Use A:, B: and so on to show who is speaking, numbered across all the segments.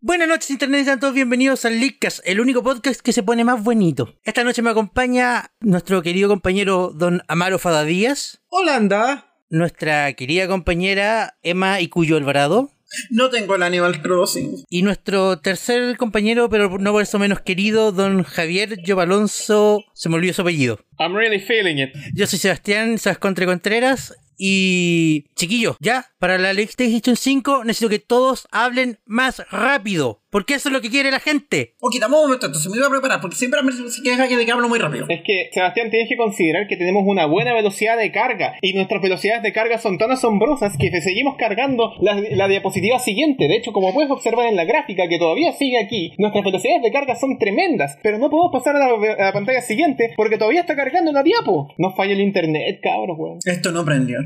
A: Buenas noches Internet, sean todos bienvenidos al Leakcast, el único podcast que se pone más bonito. Esta noche me acompaña nuestro querido compañero Don Amaro Fada Díaz,
B: Holanda.
A: nuestra querida compañera Emma Icuyo Alvarado
B: No tengo el Animal Crossing.
A: y nuestro tercer compañero, pero no por eso menos querido, Don Javier Yobalonso, se me olvidó su apellido.
C: I'm really feeling it.
A: Yo soy Sebastián Sascontre Contreras y chiquillo, ya, para la PlayStation 5 necesito que todos hablen más rápido, porque eso es lo que quiere la gente.
B: Ok, dame un momento, entonces me iba a preparar, porque siempre me se queja que de que hablo muy rápido.
C: Es que, Sebastián, tienes que considerar que tenemos una buena velocidad de carga. Y nuestras velocidades de carga son tan asombrosas que seguimos cargando la, la diapositiva siguiente. De hecho, como puedes observar en la gráfica que todavía sigue aquí, nuestras velocidades de carga son tremendas. Pero no podemos pasar a la, a la pantalla siguiente porque todavía está cargando la diapo. No falla el internet, cabros, weón.
B: Esto no prendió.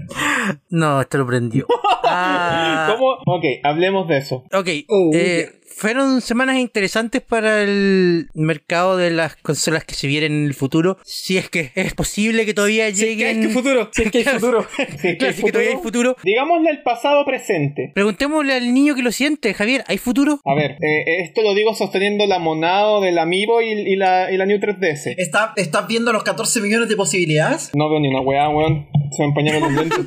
A: No, esto lo prendió. Ah.
C: ¿Cómo? Ok, hablemos de eso.
A: Ok,
B: Oh,
A: eh, fueron semanas interesantes para el mercado de las consolas que se vienen en el futuro. Si es que es posible que todavía lleguen.
C: futuro.
A: Si es que hay futuro. Claro, si es que todavía hay futuro.
C: Digámosle el pasado presente.
A: Preguntémosle al niño que lo siente, Javier, ¿hay futuro?
C: A ver, eh, esto lo digo sosteniendo la monado del amiibo y, y la, y la New 3DS.
B: ¿Está, ¿Estás viendo los 14 millones de posibilidades?
C: No veo ni una weá, weón. Se me empañaron los lentes.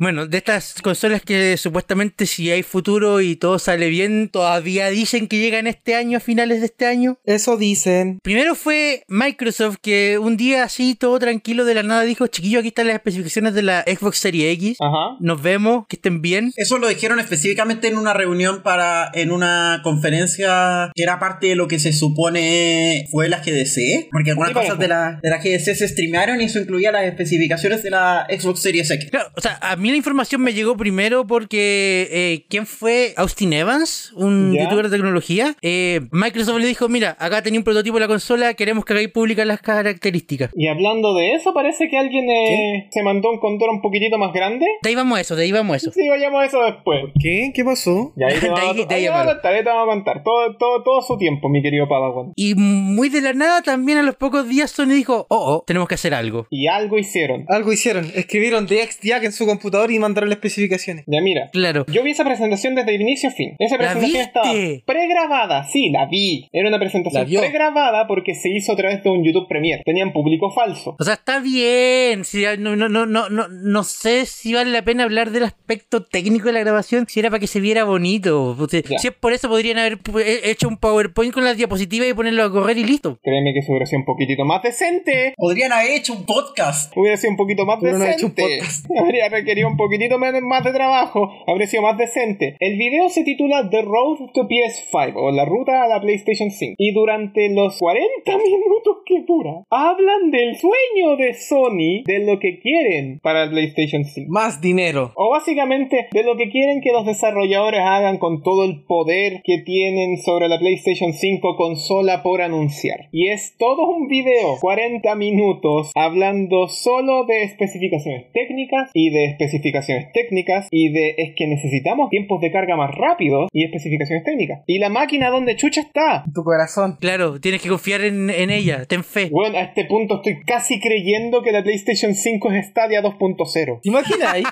A: Bueno, de estas consolas que supuestamente si hay futuro y todo sale bien, todavía dicen que llegan este año, a finales de este año.
D: Eso dicen.
A: Primero fue Microsoft que un día así todo tranquilo de la nada dijo, chiquillo, aquí están las especificaciones de la Xbox Series X.
C: Ajá.
A: Nos vemos, que estén bien.
B: Eso lo dijeron específicamente en una reunión para. en una conferencia que era parte de lo que se supone fue la GDC. Porque algunas
C: Sí,
B: cosas
C: parejo.
B: de la, de la GDC se streamearon y eso incluía las especificaciones de la Xbox Series X.
A: Claro, o sea, a mí la información me llegó primero porque eh, ¿quién fue? Austin Evans, un
C: Ya.
A: youtuber de tecnología. Eh, Microsoft le dijo, mira, acá tenía un prototipo de la consola, queremos que hagáis públicas las características.
C: Y hablando de eso, parece que alguien eh, se mandó un condor un poquitito más grande.
A: De ahí vamos a eso, de ahí vamos a eso.
C: Sí, vayamos a eso después.
D: ¿Qué? ¿Qué pasó?
C: Y ahí te
A: De
C: vamos a-
A: ahí- de ahí
C: ahí te vamos a
A: hablo.
C: contar, ahí te vamos a contar. Todo, todo, todo su tiempo, mi querido Padawan.
A: Y muy de la nada también a los pocos días Sony dijo, oh, oh, tenemos que hacer algo.
C: Y algo hicieron.
D: Algo hicieron. Escribieron DXDAC en su computador y mandaron las especificaciones.
C: Ya mira.
A: Claro.
C: Yo vi esa presentación desde el inicio a fin. Esa
A: ¿La
C: presentación estaba
A: viste?
C: pregrabada. Sí, la vi. Era una
D: La
C: presentación
D: vio.
C: pregrabada porque se hizo a través de un YouTube Premiere. Tenían público falso.
A: O sea, está bien. Si, no, no, no, no, no, no sé si vale la pena hablar del aspecto técnico de la grabación, si era para que se viera bonito. O sea,
C: Ya.
A: Si es por eso, podrían haber pu- he- hecho un PowerPoint con las diapositivas y ponerlo a correr y listo.
C: Créeme que eso hubiera sido un poquitito más decente.
B: Podrían haber hecho un podcast.
C: Hubiera sido un poquito más
D: Pero no ha
C: decente.
D: hecho un podcast.
C: Habría requerido un poquitito men- más de trabajo. Habría sido más decente. El video se titula The Road to PS5 o La Ruta a la PlayStation 5. Y durante los 40 minutos que dura, hablan del sueño de Sony de lo que quieren para el PlayStation 5.
D: Más dinero.
C: O básicamente de lo que quieren que los desarrolladores hagan con todo el poder que tienen sobre la PlayStation 5 consola por anunciar. Y es todo un video, 40 minutos, hablando solo de especificaciones técnicas y de especificaciones técnicas y de es que necesitamos tiempos de carga más rápidos y especificaciones técnicas. ¿Y la máquina donde chucha está?
D: Tu corazón.
A: Claro, tienes que confiar en, en ella, ten fe.
C: Bueno, a este punto estoy casi creyendo que la PlayStation 5 es Stadia 2.0.
D: ¿Te imagináis?
C: Te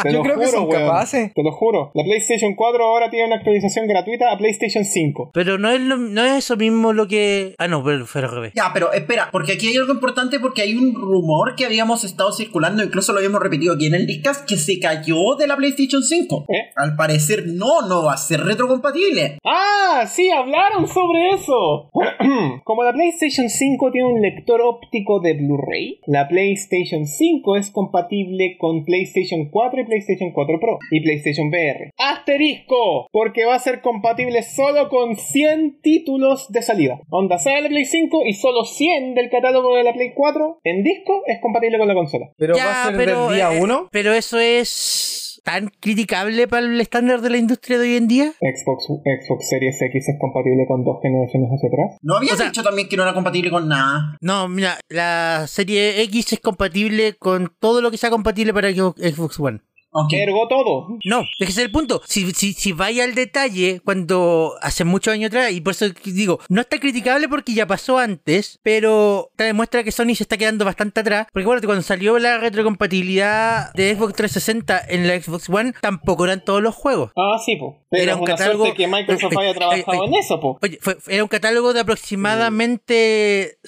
D: Ah, Yo
C: lo
D: creo que
C: juro,
D: son
C: weón.
D: capaces.
C: Te lo juro. La PlayStation 4 ahora tiene una actualización gratuita a PlayStation 5.
A: Pero no es, lo- no es eso mismo lo que... Ah, no, pero fue al revés.
B: Ya, pero espera, porque aquí hay algo importante porque hay un rumor que habíamos estado circulando, incluso lo habíamos repetido aquí en el discast, que se cayó de la PlayStation 5.
C: ¿Eh?
B: Al parecer no, no va a ser retrocompatible.
C: ¡Ah! Sí, hablaron sobre eso. Como la PlayStation 5 tiene un lector óptico de Blu-ray, la PlayStation 5 es compatible con PlayStation 4 y PlayStation 4 Pro y PlayStation VR. ¡Asterisco! Porque va a ser compatible solo con 100 títulos de salida. Onda sea de la Play 5 y solo 100 del catálogo de la Play 4 en disco es compatible con la consola.
D: Pero va a ser del día
A: eh,
D: uno.
A: Pero eso es tan criticable para el estándar de la industria de hoy en día.
C: Xbox, Xbox Series X es compatible con dos generaciones hacia atrás.
B: No habías
A: O sea-
B: dicho también que no era compatible con nada.
A: No, mira, la serie X es compatible con todo lo que sea compatible para Xbox One.
B: Ok.
C: Ergo todo.
A: No, es que ese es el punto. Si, si, si vaya al detalle, cuando hace muchos años atrás, y por eso digo, no está criticable porque ya pasó antes, pero te demuestra que Sony se está quedando bastante atrás. Porque acuérdate, cuando salió la retrocompatibilidad de Xbox 360 en la Xbox One, tampoco eran todos los juegos.
C: Ah, sí, po. Pero
A: Era
C: es
A: un
C: una
A: catálogo-
C: suerte que Microsoft
D: Eh,
C: haya trabajado en eso, po.
A: Oye, fue- era un catálogo de aproximadamente.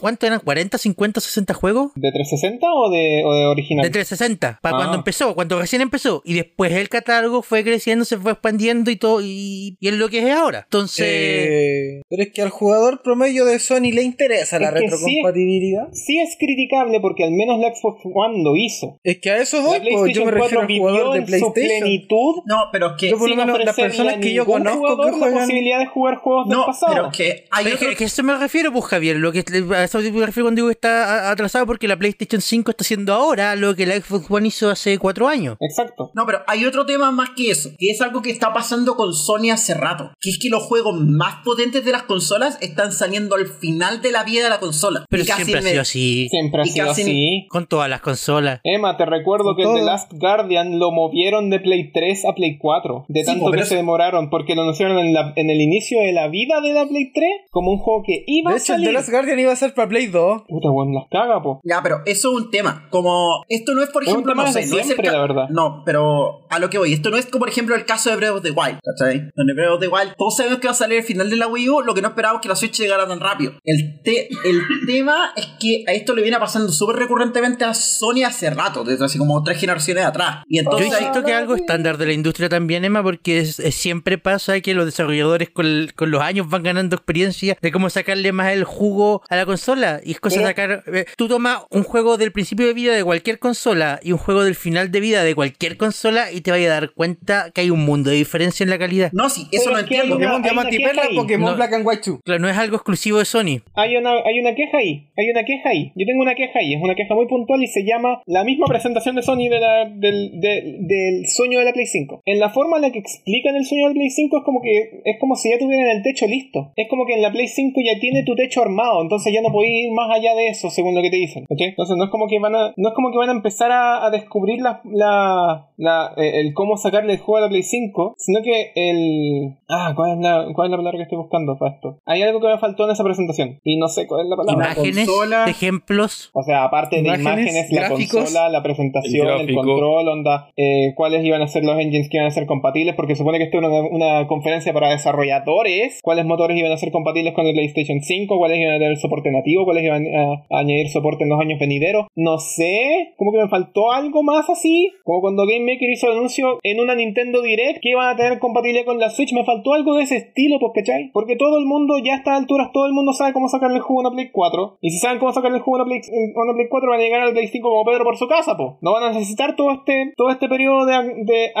A: ¿Cuánto eran? ¿40, 50, 60 juegos?
C: ¿De 360 o de, o de original?
A: De 360, para
C: Ah.
A: cuando empezó, cuando recién empezó. Y después el catálogo fue creciendo, se fue expandiendo y todo, y, y es lo que es ahora. Entonces,
D: Eh, pero es que al jugador promedio de Sony le interesa la
C: Es que sí.
D: retrocompatibilidad.
C: Sí es criticable porque al menos la Xbox One lo hizo.
D: Es que a eso
C: La
D: voy, po, yo me
C: PlayStation
D: refiero
C: 4
D: al
C: vivió
D: jugador de
C: en su
D: PlayStation.
C: plenitud.
B: No, pero es que.
D: Yo por lo
C: sin
D: menos las
C: ofrecerle
D: personas
C: a
D: que yo
C: ningún
D: conozco que
C: jugador la
D: juegan-
C: posibilidad de jugar juegos del
B: No,
C: pasado.
B: pero es que hay
A: Pero es
B: otro-
A: que, que a eso me refiero, pues Javier. Lo que, a eso me refiero cuando digo que está a- atrasado porque la PlayStation 5 está haciendo ahora lo que la Xbox One hizo hace cuatro años.
C: Exacto.
B: No, pero hay otro tema más que eso, que es algo que está pasando con Sony hace rato, que es que los juegos más potentes de las consolas están saliendo al final de la vida de la consola.
A: Pero
B: Y casi
A: siempre ha
B: me-
A: sido así.
C: Siempre ha
B: y
C: sido
B: casi-
C: así.
A: Con todas las consolas.
C: Emma, te recuerdo
D: Con
C: que el The
D: todo.
C: Last Guardian lo movieron de Play 3 a Play 4. De
B: Sí,
C: tanto
B: po,
C: que
B: pero
C: se
B: eso-
C: demoraron porque lo anunciaron en, la- en el inicio de la vida de la Play 3 como un juego que iba
D: De
C: a
D: hecho, el
C: salir.
D: The Last Guardian iba a ser para Play 2.
C: Puta, weón, las caga, po.
B: Ya, pero eso es un tema. Como esto no es, por
C: Es un
B: ejemplo,
C: tema
B: no
C: de
B: sé, no es el
C: siempre,
B: ca-
C: la verdad.
B: No, pero a lo que voy, esto no es como, por ejemplo, el caso de Breath of the Wild, ¿cachai? Donde Breath of the Wild, todos sabemos que va a salir el final de la Wii U, lo que no esperábamos que la Switch llegara tan rápido. El, te- el tema es que a esto le viene pasando súper recurrentemente a Sony hace rato, desde hace como tres generaciones atrás. Y
A: Yo
B: entonces...
A: insisto que es algo estándar de la industria también, Emma, porque es- es- siempre pasa que los desarrolladores con, con los años van ganando experiencia de cómo sacarle más el jugo a la consola. Y es cosa de sacar. eh, Tú tomas un juego del principio de vida de cualquier consola y un juego del final de vida de cualquier consola y te vas a dar cuenta que hay un mundo de diferencia en la calidad.
B: No, sí, eso
C: Pero
B: no
C: es que hay
B: entiendo.
C: una-
D: Pokémon
C: hay
D: Diamante y
C: queja
D: Perla,
C: ahí.
D: Pokémon
A: No.
D: Black and White 2.
A: Claro, no es algo exclusivo de Sony.
C: Hay una, hay una queja ahí, hay una queja ahí. Yo tengo una queja ahí, es una queja muy puntual y se llama la misma presentación de Sony de la- del, del- del sueño de la Play 5. En la forma en la que explican el sueño de la Play 5 es como que es como si ya tuvieran el techo listo. Es como que en la Play 5 ya tiene tu techo armado, entonces ya no podéis ir más allá de eso, según lo que te dicen. ¿ok? Entonces no es como que van a, no es como que van a empezar a, a descubrir la, la, la- eh, el cómo sacarle el juego a la Play 5, sino que el... Ah, ¿cuál es la, cuál es la palabra que estoy buscando para esto? Hay algo que me faltó en esa presentación y no sé cuál es la palabra.
A: Imágenes,
B: consola-
A: ejemplos.
C: O sea, aparte
D: Imágenes,
C: de imágenes, la
D: gráficos,
C: consola, la presentación,
E: el
C: el,
E: gráfico.
C: control, onda, eh, cuáles iban a ser los engines que iban a ser compatibles, porque supone que esto era una, una conferencia para desarrolladores, cuáles motores iban a ser compatibles con el PlayStation 5, cuáles iban a tener soporte nativo, cuáles iban a, a añadir soporte en los años venideros. No sé, como que me faltó algo más así, como cuando Game Maker hizo el anuncio en una Nintendo Direct que iban a tener compatibilidad con la Switch, me faltó algo de ese estilo, pues, ¿cachai? Porque todo el mundo, ya a estas alturas, todo el mundo sabe cómo sacarle el jugo a una Play 4. Y si saben cómo sacarle el jugo a una Play, a una Play 4, van a llegar al Play 5 como Pedro por su casa, po. No van a necesitar todo este, todo este periodo de, de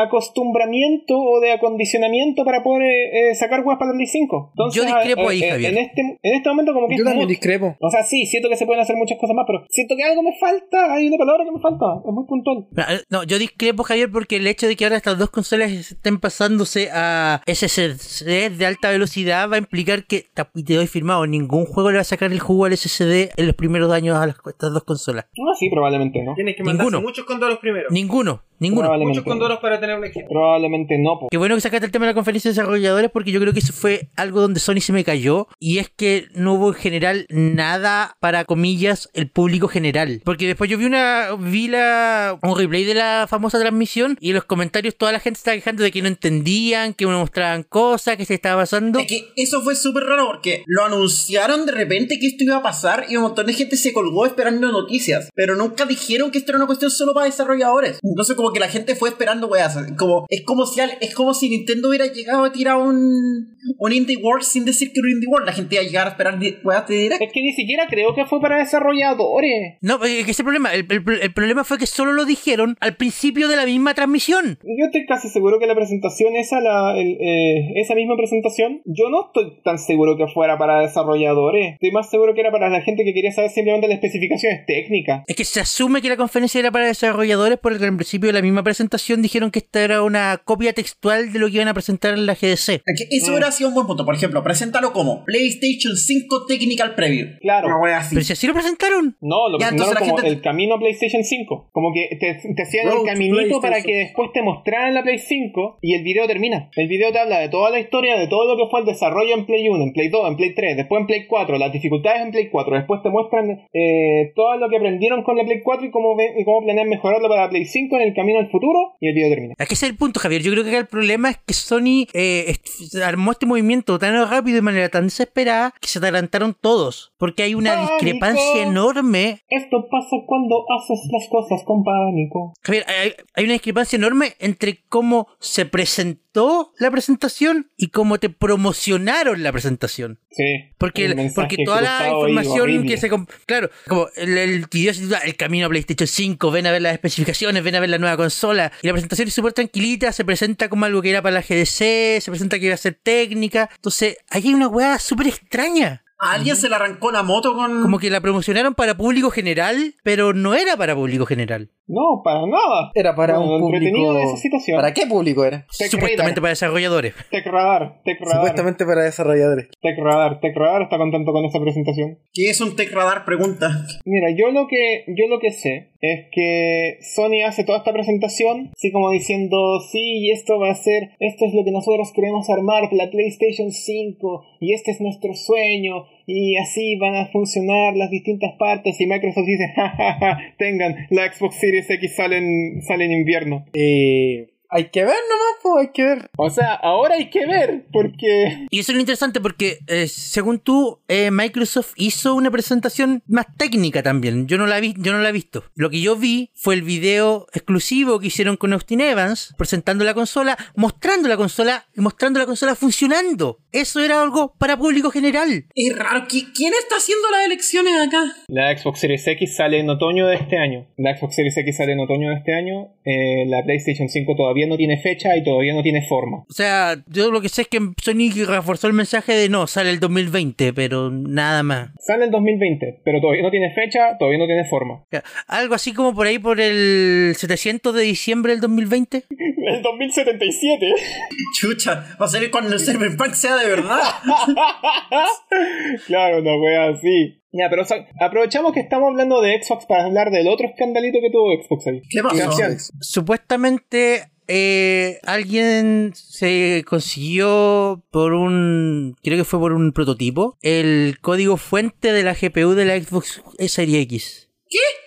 C: acostumbramiento o de acondicionamiento para poder eh, eh, sacar weas para la Play 5. Entonces,
A: Yo discrepo ahí,
C: eh, eh,
A: Javier.
C: En este, en este momento, como que
D: Yo
C: es
D: también
C: muy-
D: discrepo.
C: o sea, sí, siento que se pueden hacer muchas cosas más, pero siento que algo me falta, hay una palabra que me falta, es muy puntual.
A: eh, No, yo discrepo, Javier, porque el hecho de que ahora estas dos consolas estén pasándose a SSD de alta velocidad va a implicar que, y te doy firmado, ningún juego le va a sacar el jugo al SSD en los primeros años a las- estas dos consolas.
C: No, Ah, sí, probablemente no.
F: Tienes que
A: Ninguno.
F: mandarse muchos condoros primero.
A: Ninguno, ninguno.
F: Muchos
C: Probablemente, no.
F: condoros para tener un equipo.
C: Probablemente no, po.
A: Qué bueno que sacaste el tema de la conferencia de desarrolladores porque yo creo que eso fue algo donde Sony se me cayó y es que no hubo en general nada para comillas el público general. Porque después yo vi una vi la un replay de la famosa transmisión y en los comentarios toda la gente estaba quejando de que no entendían, que no mostraban cosas, que se estaba pasando.
B: Es que eso fue súper raro porque lo anunciaron de repente que esto iba a pasar y un montón de gente se colgó esperando noticias, pero nunca dijeron que esto era una cuestión solo para desarrolladores. Entonces como que la gente fue esperando weas, como es como si al- es como si Nintendo hubiera llegado a tirar un un Indie World sin decir que era un Indie World, la gente iba a llegar a esperar di- weas de directo.
C: Es que ni siquiera creo que fue para desarrolladores.
A: No, es que ese problema, el, el- el problema fue que solo lo dijeron al principio de la misma transmisión.
C: Yo estoy casi seguro que la presentación esa, la, el, eh, esa misma presentación, yo no estoy tan seguro que fuera para desarrolladores. Estoy más seguro que era para la gente que quería saber simplemente las especificaciones técnicas.
A: Es que se asume que la conferencia era para desarrolladores porque al principio de la misma presentación dijeron que esta era una copia textual de lo que iban a presentar en la GDC.
B: Es que eso
C: Mm.
B: hubiera sido un buen punto. Por ejemplo, preséntalo como PlayStation 5 Technical Preview.
C: Claro.
B: Una wea así.
A: Pero si así lo presentaron.
C: No, lo
B: Ya,
C: presentaron
B: entonces la
C: como
B: gente-
C: el camino a PlayStation 5. Como que te, te hacían
F: Road
C: el
F: to
C: caminito para
F: PlayStation.
C: que después te mostraran la Play 5 y el video termina. El video te habla de toda la historia, de todo lo que fue el desarrollo en Play 1, en Play 2, en Play 3, después en Play 4, las dificultades en Play 4. Después te muestran eh, todo lo que aprendieron con la Play 4 y cómo, ven- y cómo planean mejorarlo para la Play 5 en el camino al futuro y el video termina.
A: Aquí es el punto, Javier. Yo creo que acá el problema es que Sony eh, est- armó este movimiento tan rápido y de manera tan desesperada que se adelantaron todos. Porque hay una
C: Pánico.
A: discrepancia enorme.
C: Esto pasa cuando haces las cosas con pánico.
A: Javier, hay, hay una discrepancia enorme entre cómo se presentó la presentación y cómo te promocionaron la presentación.
C: Sí.
A: Porque,
C: Un
A: el-
C: mensaje
A: porque toda la
C: cruzado y
A: información
C: horrible.
A: que se... comp- Claro, como el, el video se titula El camino a PlayStation 5, ven a ver las especificaciones, ven a ver la nueva consola. Y la presentación es súper tranquilita, se presenta como algo que era para la GDC, se presenta que iba a ser técnica. Entonces, ahí hay una weá súper extraña.
B: A alguien se le arrancó la moto con.
A: Como que la promocionaron para público general, pero no era para público general.
C: No, para nada.
D: Era para
C: Bueno,
D: un
C: entretenido
D: público.
C: de esa situación.
D: ¿Para qué público era?
C: Tech
A: Supuestamente
C: Radar.
A: para desarrolladores.
C: Tech Radar, Tech Radar,
D: Supuestamente para desarrolladores.
C: Tech Radar, Tech Radar está contento con esa presentación.
B: ¿Qué es un tech radar? Pregunta.
C: Mira, yo lo que yo lo que sé es que Sony hace toda esta presentación, así como diciendo, sí, esto va a ser, esto es lo que nosotros queremos armar, la PlayStation 5, y este es nuestro sueño, y así van a funcionar las distintas partes, y Microsoft dice, jajaja, tengan, la Xbox Series X sale en, sale en invierno.
D: Eh, hay que ver nomás, pues, hay que ver.
C: O sea, ahora hay que ver, porque
A: Y eso es lo interesante porque, eh, según tú, eh, Microsoft hizo una presentación más técnica también. Yo no, la vi, yo no la he visto. Lo que yo vi fue el video exclusivo que hicieron con Austin Evans presentando la consola, mostrando la consola y mostrando la consola funcionando. Eso era algo para público general.
B: Es raro. ¿qui- ¿Quién está haciendo las elecciones acá?
C: La Xbox Series X sale en otoño de este año. La Xbox Series X sale en otoño de este año. Eh, la PlayStation 5 todavía no tiene fecha y todavía no tiene forma.
A: O sea, yo lo que sé es que Sony reforzó el mensaje de no, sale el 2020, pero nada más.
C: Sale en 2020, pero todavía no tiene fecha, todavía no tiene forma.
A: O sea, Algo así como por ahí por el 700 de diciembre del 2020.
C: El 2077.
B: Chucha, va a ser cuando el Cyberpunk sea de verdad.
C: claro, una wea así. Ya, pero o sea, aprovechamos que estamos hablando de Xbox para hablar del otro escandalito que tuvo Xbox ahí.
B: ¿Qué pasó?
C: Sebastián,
A: supuestamente eh, alguien se consiguió por un, creo que fue por un prototipo, el código fuente de la GPU de la Xbox Series X.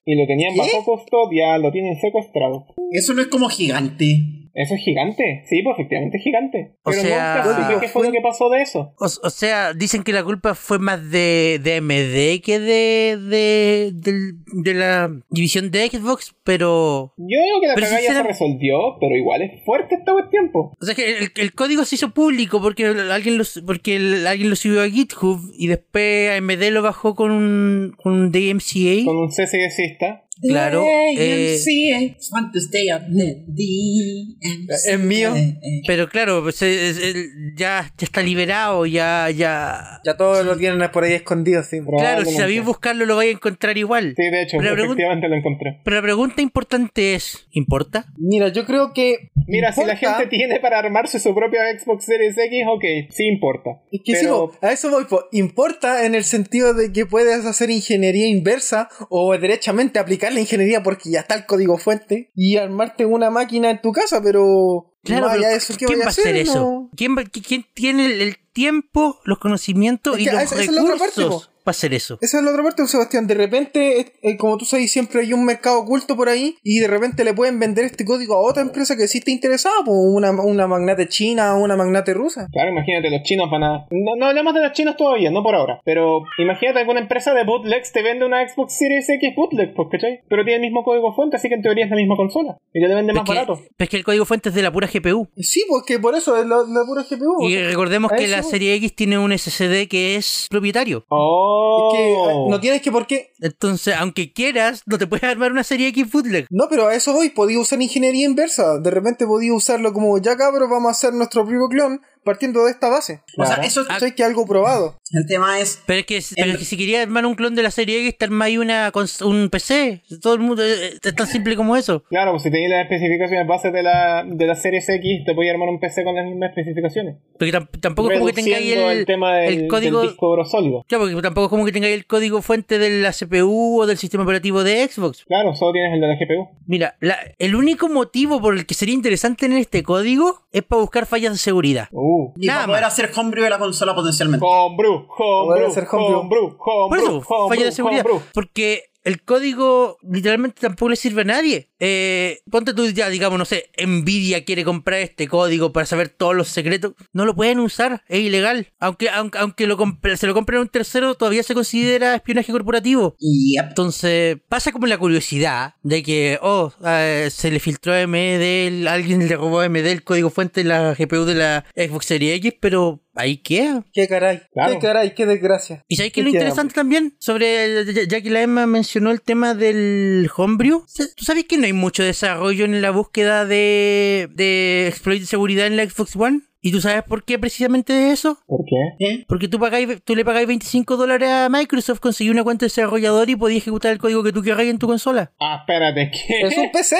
C: Y lo tenían
D: ¿Qué?
C: bajo custodia, lo tienen secuestrado.
B: Eso no es como gigante.
C: Eso es gigante. Sí, pues efectivamente es gigante.
A: O
C: Pero
A: sea-
C: nunca supe qué fue lo que pasó de eso.
A: O, o sea, dicen que la culpa fue más de, de AMD que de, de, del- de la división de Xbox, pero...
C: Yo digo que la
A: Pero
C: cagada ya se
A: sincera-
C: resolvió, pero igual es fuerte esta cuestión, po.
A: O sea, que el, el código se hizo público porque alguien lo, porque el- alguien lo subió a GitHub y después AMD lo bajó con un, con un DMCA.
C: Con un CCSista.
A: Claro, eh,
B: DMCA. Want to stay up. DMCA.
D: Es mío.
B: eh,
A: Pero claro, pues, eh, es- el- ya, ya está liberado, ya, ya.
D: Ya todos lo tienen por ahí escondido, sí.
A: Claro, si
C: Probablemente.
A: sabéis buscarlo lo vais a encontrar igual.
C: Sí, de hecho,
A: Pero la pregun-
C: efectivamente lo encontré.
A: Pero la pregunta importante es, ¿importa?
D: Mira, yo creo que.
C: Mira, si la
D: importa-
C: gente tiene para armarse su propia Xbox Series X, ok, sí importa.
D: Es que sí,
C: pero
D: po, a eso voy, po. importa en el sentido de que puedes hacer ingeniería inversa o derechamente aplicar la ingeniería porque ya está el código fuente y armarte una máquina en tu casa, pero
A: Claro,
D: más
A: pero
D: allá de eso, ¿qué
A: ¿quién
D: voy
A: va
D: a
A: a hacer eso?
D: No.
A: ¿Quién, va- qui- quién tiene el, el tiempo, los conocimientos
D: Es
A: y
D: que
A: los
D: esa- esa es la otra
A: recursos
D: parte, po.
A: para hacer eso?
D: Esa es la otra parte, Sebastián. De repente, eh, eh, como tú sabes, siempre hay un mercado oculto por ahí y de repente le pueden vender este código a otra empresa que sí esté interesada, po, una, una magnate china o una magnate rusa.
C: Claro, imagínate, los chinos van a... No, no hablamos de los chinos todavía, no por ahora. Pero imagínate alguna empresa de bootlegs te vende una Xbox Series X bootleg, pues, ¿cachai? Pero tiene el mismo código fuente, así que en teoría es la misma consola. Y te la vende más
A: Pero es Pues que-
C: barato.
A: pero es que el código fuente es de la pura GPU.
D: Sí, porque por eso es la, la pura GPU.
A: Y recordemos
D: a
A: que
D: eso
A: la
D: voy.
A: serie X tiene un SSD que es propietario.
C: Oh.
D: Es que, eh, no tienes que por qué
A: Entonces, aunque quieras, no te puedes armar una serie X bootleg.
D: No, pero a eso voy, podía usar ingeniería inversa. De repente podía usarlo como, ya cabros, vamos a hacer nuestro propio clon partiendo de esta base.
B: O sea,
C: Claro.
B: eso
A: Ah,
D: Eso es que algo probado.
B: El tema es.
A: Pero es que, pero es que si quería armar un clon de la serie X, te arma ahí una, cons- un PC. Todo el mundo eh, es tan simple como eso.
C: Claro, pues si tenéis las especificaciones bases de la, de la series X, te voy a armar un PC con las mismas especificaciones.
A: Porque tam- tampoco es como que tengáis
C: Reduciendo
A: el,
C: tema del,
A: el código.
C: del disco duro sólido.
A: Claro, porque tampoco es como que tengáis el código fuente de la CPU o del sistema operativo de Xbox.
C: Claro, solo tienes el de la GPU.
A: Mira, la- el único motivo por el que sería interesante en este código es para buscar fallas de seguridad.
C: Uh.
B: Y
A: Nada
B: para poder
A: más.
B: hacer homebrew de la consola potencialmente.
C: Homebrew,
D: Voy a
C: homebrew,
D: hacer homebrew.
C: homebrew,
A: Por
C: homebrew,
A: eso, falla de seguridad.
C: homebrew.
A: Porque el código literalmente tampoco le sirve a nadie. Eh, ponte tú ya, digamos, no sé, Nvidia quiere comprar este código para saber todos los secretos. No lo pueden usar, es ilegal. Aunque, aunque, aunque lo compre- se lo compren a un tercero, todavía se considera espionaje corporativo.
B: Y yep.
A: Entonces, pasa como la curiosidad de que, oh, eh, se le filtró a AMD, el- alguien le robó a AMD el código fuente de la GPU de la Xbox Series X, pero ahí queda.
D: Qué caray,
C: Claro.
D: qué caray, qué desgracia.
A: ¿Y sabéis que
D: ¿Qué
A: lo
D: queda?
A: interesante también? Sobre, ya- ya que la Emma mencionó el tema del homebrew, ¿se- ¿tú sabes que no hay mucho desarrollo en la búsqueda de, de exploit de seguridad en la Xbox One? ¿Y tú sabes por qué precisamente eso?
C: ¿Por qué?
B: ¿Eh?
A: Porque tú, pagáis, tú le pagáis 25 dólares a Microsoft, conseguí una cuenta de desarrollador y podías ejecutar el código que tú querráis en tu consola.
C: Ah, espérate, ¿qué?
D: Es un PC,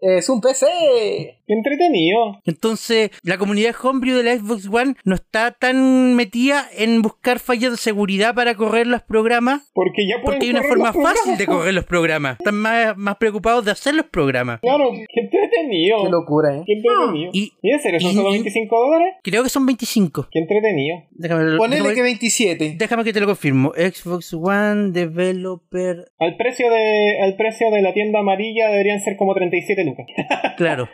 D: es un PC.
C: Qué entretenido.
A: Entonces, la comunidad homebrew de la Xbox One no está tan metida en buscar fallas de seguridad para correr los programas
C: Porque ya pueden
A: Porque hay una
C: correr
A: forma
C: los programas,
A: fácil de
C: po.
A: correr los programas. Están más, más preocupados de hacer los programas.
C: Claro, qué entretenido.
D: Qué locura, eh.
C: Qué entretenido.
A: Ah, Y-
C: ¿Y, en serio, son
A: y-
C: solo
A: y-
C: 25 dólares?
A: Creo que son 25.
C: Qué entretenido.
A: Déjame,
D: Ponele
A: déjame,
D: que 27.
A: déjame que te lo confirmo. Xbox One Developer.
C: Al precio de al precio de la tienda amarilla deberían ser como 37 lucas.
A: Claro.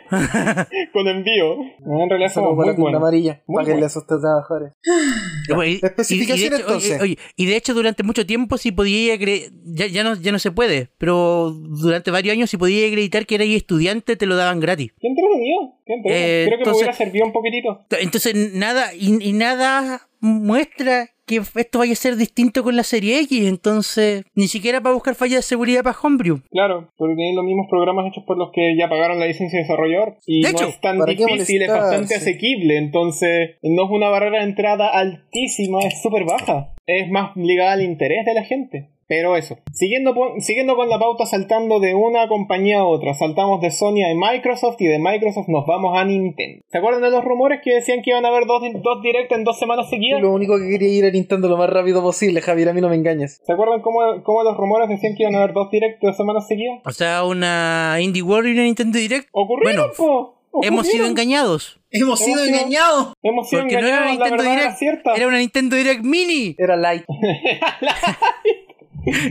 C: Con envío. En realidad
D: Solo
C: somos
D: por
C: muy
D: la tienda
C: buenos.
D: amarilla,
C: Muy
D: para que
C: bueno.
D: le asusten a trabajadores.
A: Oye, y-
D: Especificación,
A: y de hecho-
D: entonces.
A: oye, oye, y de hecho, durante mucho tiempo sí podía acre- ya, ya no, ya no se puede, pero durante varios años si podía acreditar que eras estudiante, te lo daban gratis.
C: Qué entretenido. Qué entretenido.
A: Eh,
C: Creo que
A: entonces-
C: me hubiera servido un poquitito.
A: Entonces, nada, y, y nada muestra que esto vaya a ser distinto con la serie X. Entonces, ni siquiera para buscar fallas de seguridad para Homebrew.
C: Claro, porque tienen los mismos programas hechos por los que ya pagaron la licencia de desarrollador. Y
A: De
C: no
A: hecho,
C: es tan
D: ¿para qué
C: difícil, es
D: molestarse?
C: bastante asequible. Entonces, no es una barrera de entrada altísima, es súper baja. Es más ligada al interés de la gente. Pero eso, siguiendo, po- siguiendo con la pauta, saltando de una compañía a otra, saltamos de Sony a Microsoft y de Microsoft nos vamos a Nintendo. ¿Se acuerdan de los rumores que decían que iban a haber dos, dos directos en dos semanas
D: Yo
C: seguidas?
D: lo único que quería ir a Nintendo lo más rápido posible, Javier, a mí no me engañes.
C: ¿Se acuerdan cómo, cómo los rumores decían que iban a haber dos directos dos semanas seguidas?
A: O sea, una Indie World y una Nintendo Direct.
C: Ocurrieron,
A: Bueno,
C: po,
A: Hemos sido
C: ocurrieron.
A: engañados.
B: Hemos
C: Hemos
B: sido
C: sido-
B: engañados.
C: Hemos sido
A: Porque no era
C: engañados,
A: una
C: la
A: Nintendo
C: verdad era
A: Direct,
C: cierta.
A: era una Nintendo Direct Mini.
D: Era light.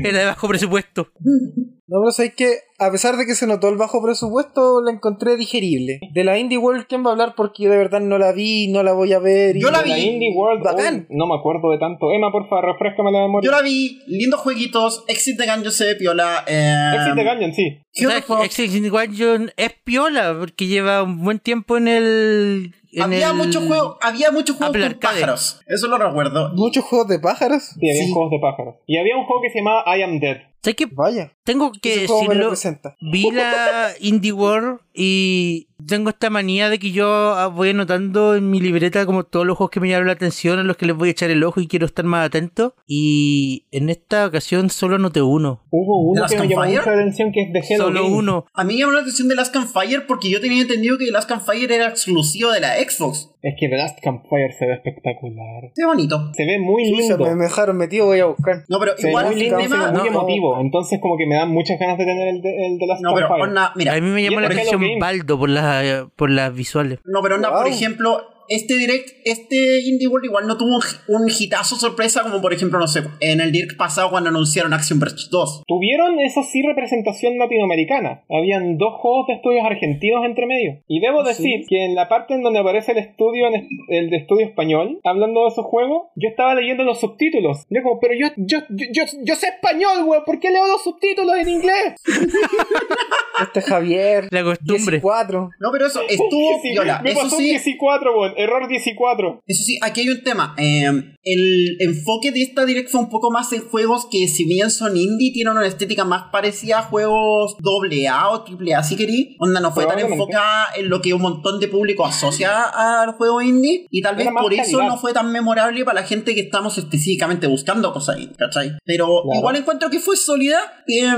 A: Era de bajo presupuesto.
D: No, pero sabéis que, a pesar de que se notó el bajo presupuesto, la encontré digerible. De la Indie World, ¿quién va a hablar? Porque yo de verdad no la vi, no la voy a ver. y-
B: Yo la
C: De la
B: vi.
C: Indie World,
D: Bacán.
C: uy, no me acuerdo de tanto. Emma, porfa, refrescame la memoria.
B: Yo la vi, lindos jueguitos. Exit the Gun, yo sé, piola. Eh,
C: Exit the Gungeon, sí.
A: O sea,
B: Hero Fox.
A: Exit Guardian es piola porque lleva un buen tiempo en el. en
B: Había
A: el-
B: muchos juegos, había muchos juegos
A: Apple
B: con
A: Arcade.
B: pájaros. Eso lo recuerdo.
D: Muchos juegos de pájaros.
C: Sí, había
B: Sí.
C: juegos de pájaros. Y había un juego que se llamaba I Am Dead.
A: ¿Sabes qué?
D: Vaya.
A: Tengo que
D: Ese juego me
A: decirlo.
D: representa.
A: Vi la Indie World y tengo esta manía de que yo ah, voy anotando en mi libreta como todos los juegos que me llamaron la atención, a los que les voy a echar el ojo y quiero estar más atento. Y en esta ocasión solo anoté uno.
C: Hubo uno
B: ¿Last
C: que me
B: on
C: llamó
B: Fire?
C: mucha atención que es de Hello
A: Solo
C: Games.
A: uno.
B: A mí me llamó la atención de Last Campfire porque yo tenía entendido que Last Campfire era exclusivo de la Xbox.
C: Es que The Last Campfire se ve espectacular.
B: Qué bonito.
C: Se ve muy
D: Sí, se
C: lindo.
D: me me dejaron metido, voy a buscar.
B: No, pero
C: Se ve
B: igual
C: muy
B: el
C: lindo, se
B: tema-
C: ve muy
B: no,
C: emotivo. Entonces como que me dan muchas ganas de tener el de, el de Last
B: no, pero
C: Campfire.
B: onda, mira,
A: A mí me llamó
C: ¿Y
A: la
C: por qué
A: atención
C: lo que-
A: Baldo por las, eh, por las visuales.
B: No, pero onda,
D: Wow.
B: por ejemplo, este direct, este Indie World igual no tuvo un, hi- un hitazo sorpresa como por ejemplo, no sé, en el direct pasado cuando anunciaron Action Verge 2.
C: Tuvieron, eso sí, representación latinoamericana. Habían dos juegos de estudios argentinos entre medio. Y debo
B: ¿Ah,
C: decir que en la parte en donde aparece el estudio, en es- el de estudio español, hablando de esos juegos, yo estaba leyendo los subtítulos. Y Yo como, pero yo, yo, yo, yo, yo sé español, güey, ¿por qué leo los subtítulos en inglés?
D: Este es Javier.
A: La costumbre.
D: 4.
B: No, pero eso estuvo
C: Sí,
B: viola.
C: me
B: Eso
C: pasó un
B: sí,
C: 14, güey. error 14.
B: Eso sí, aquí hay un tema. Eh, el enfoque de esta Direct fue un poco más en juegos que, si bien son indie, tienen una estética más parecida a juegos AA o AAA, si querí. Onda, no fue tan
C: Probablemente.
B: enfocada en lo que un montón de público asocia al juego indie. Y tal vez
C: Era más
B: por eso
C: calidad.
B: no fue tan memorable para la gente que estamos específicamente buscando cosas indie, ¿cachai? Pero
C: Claro.
B: igual encuentro que fue sólida. eh,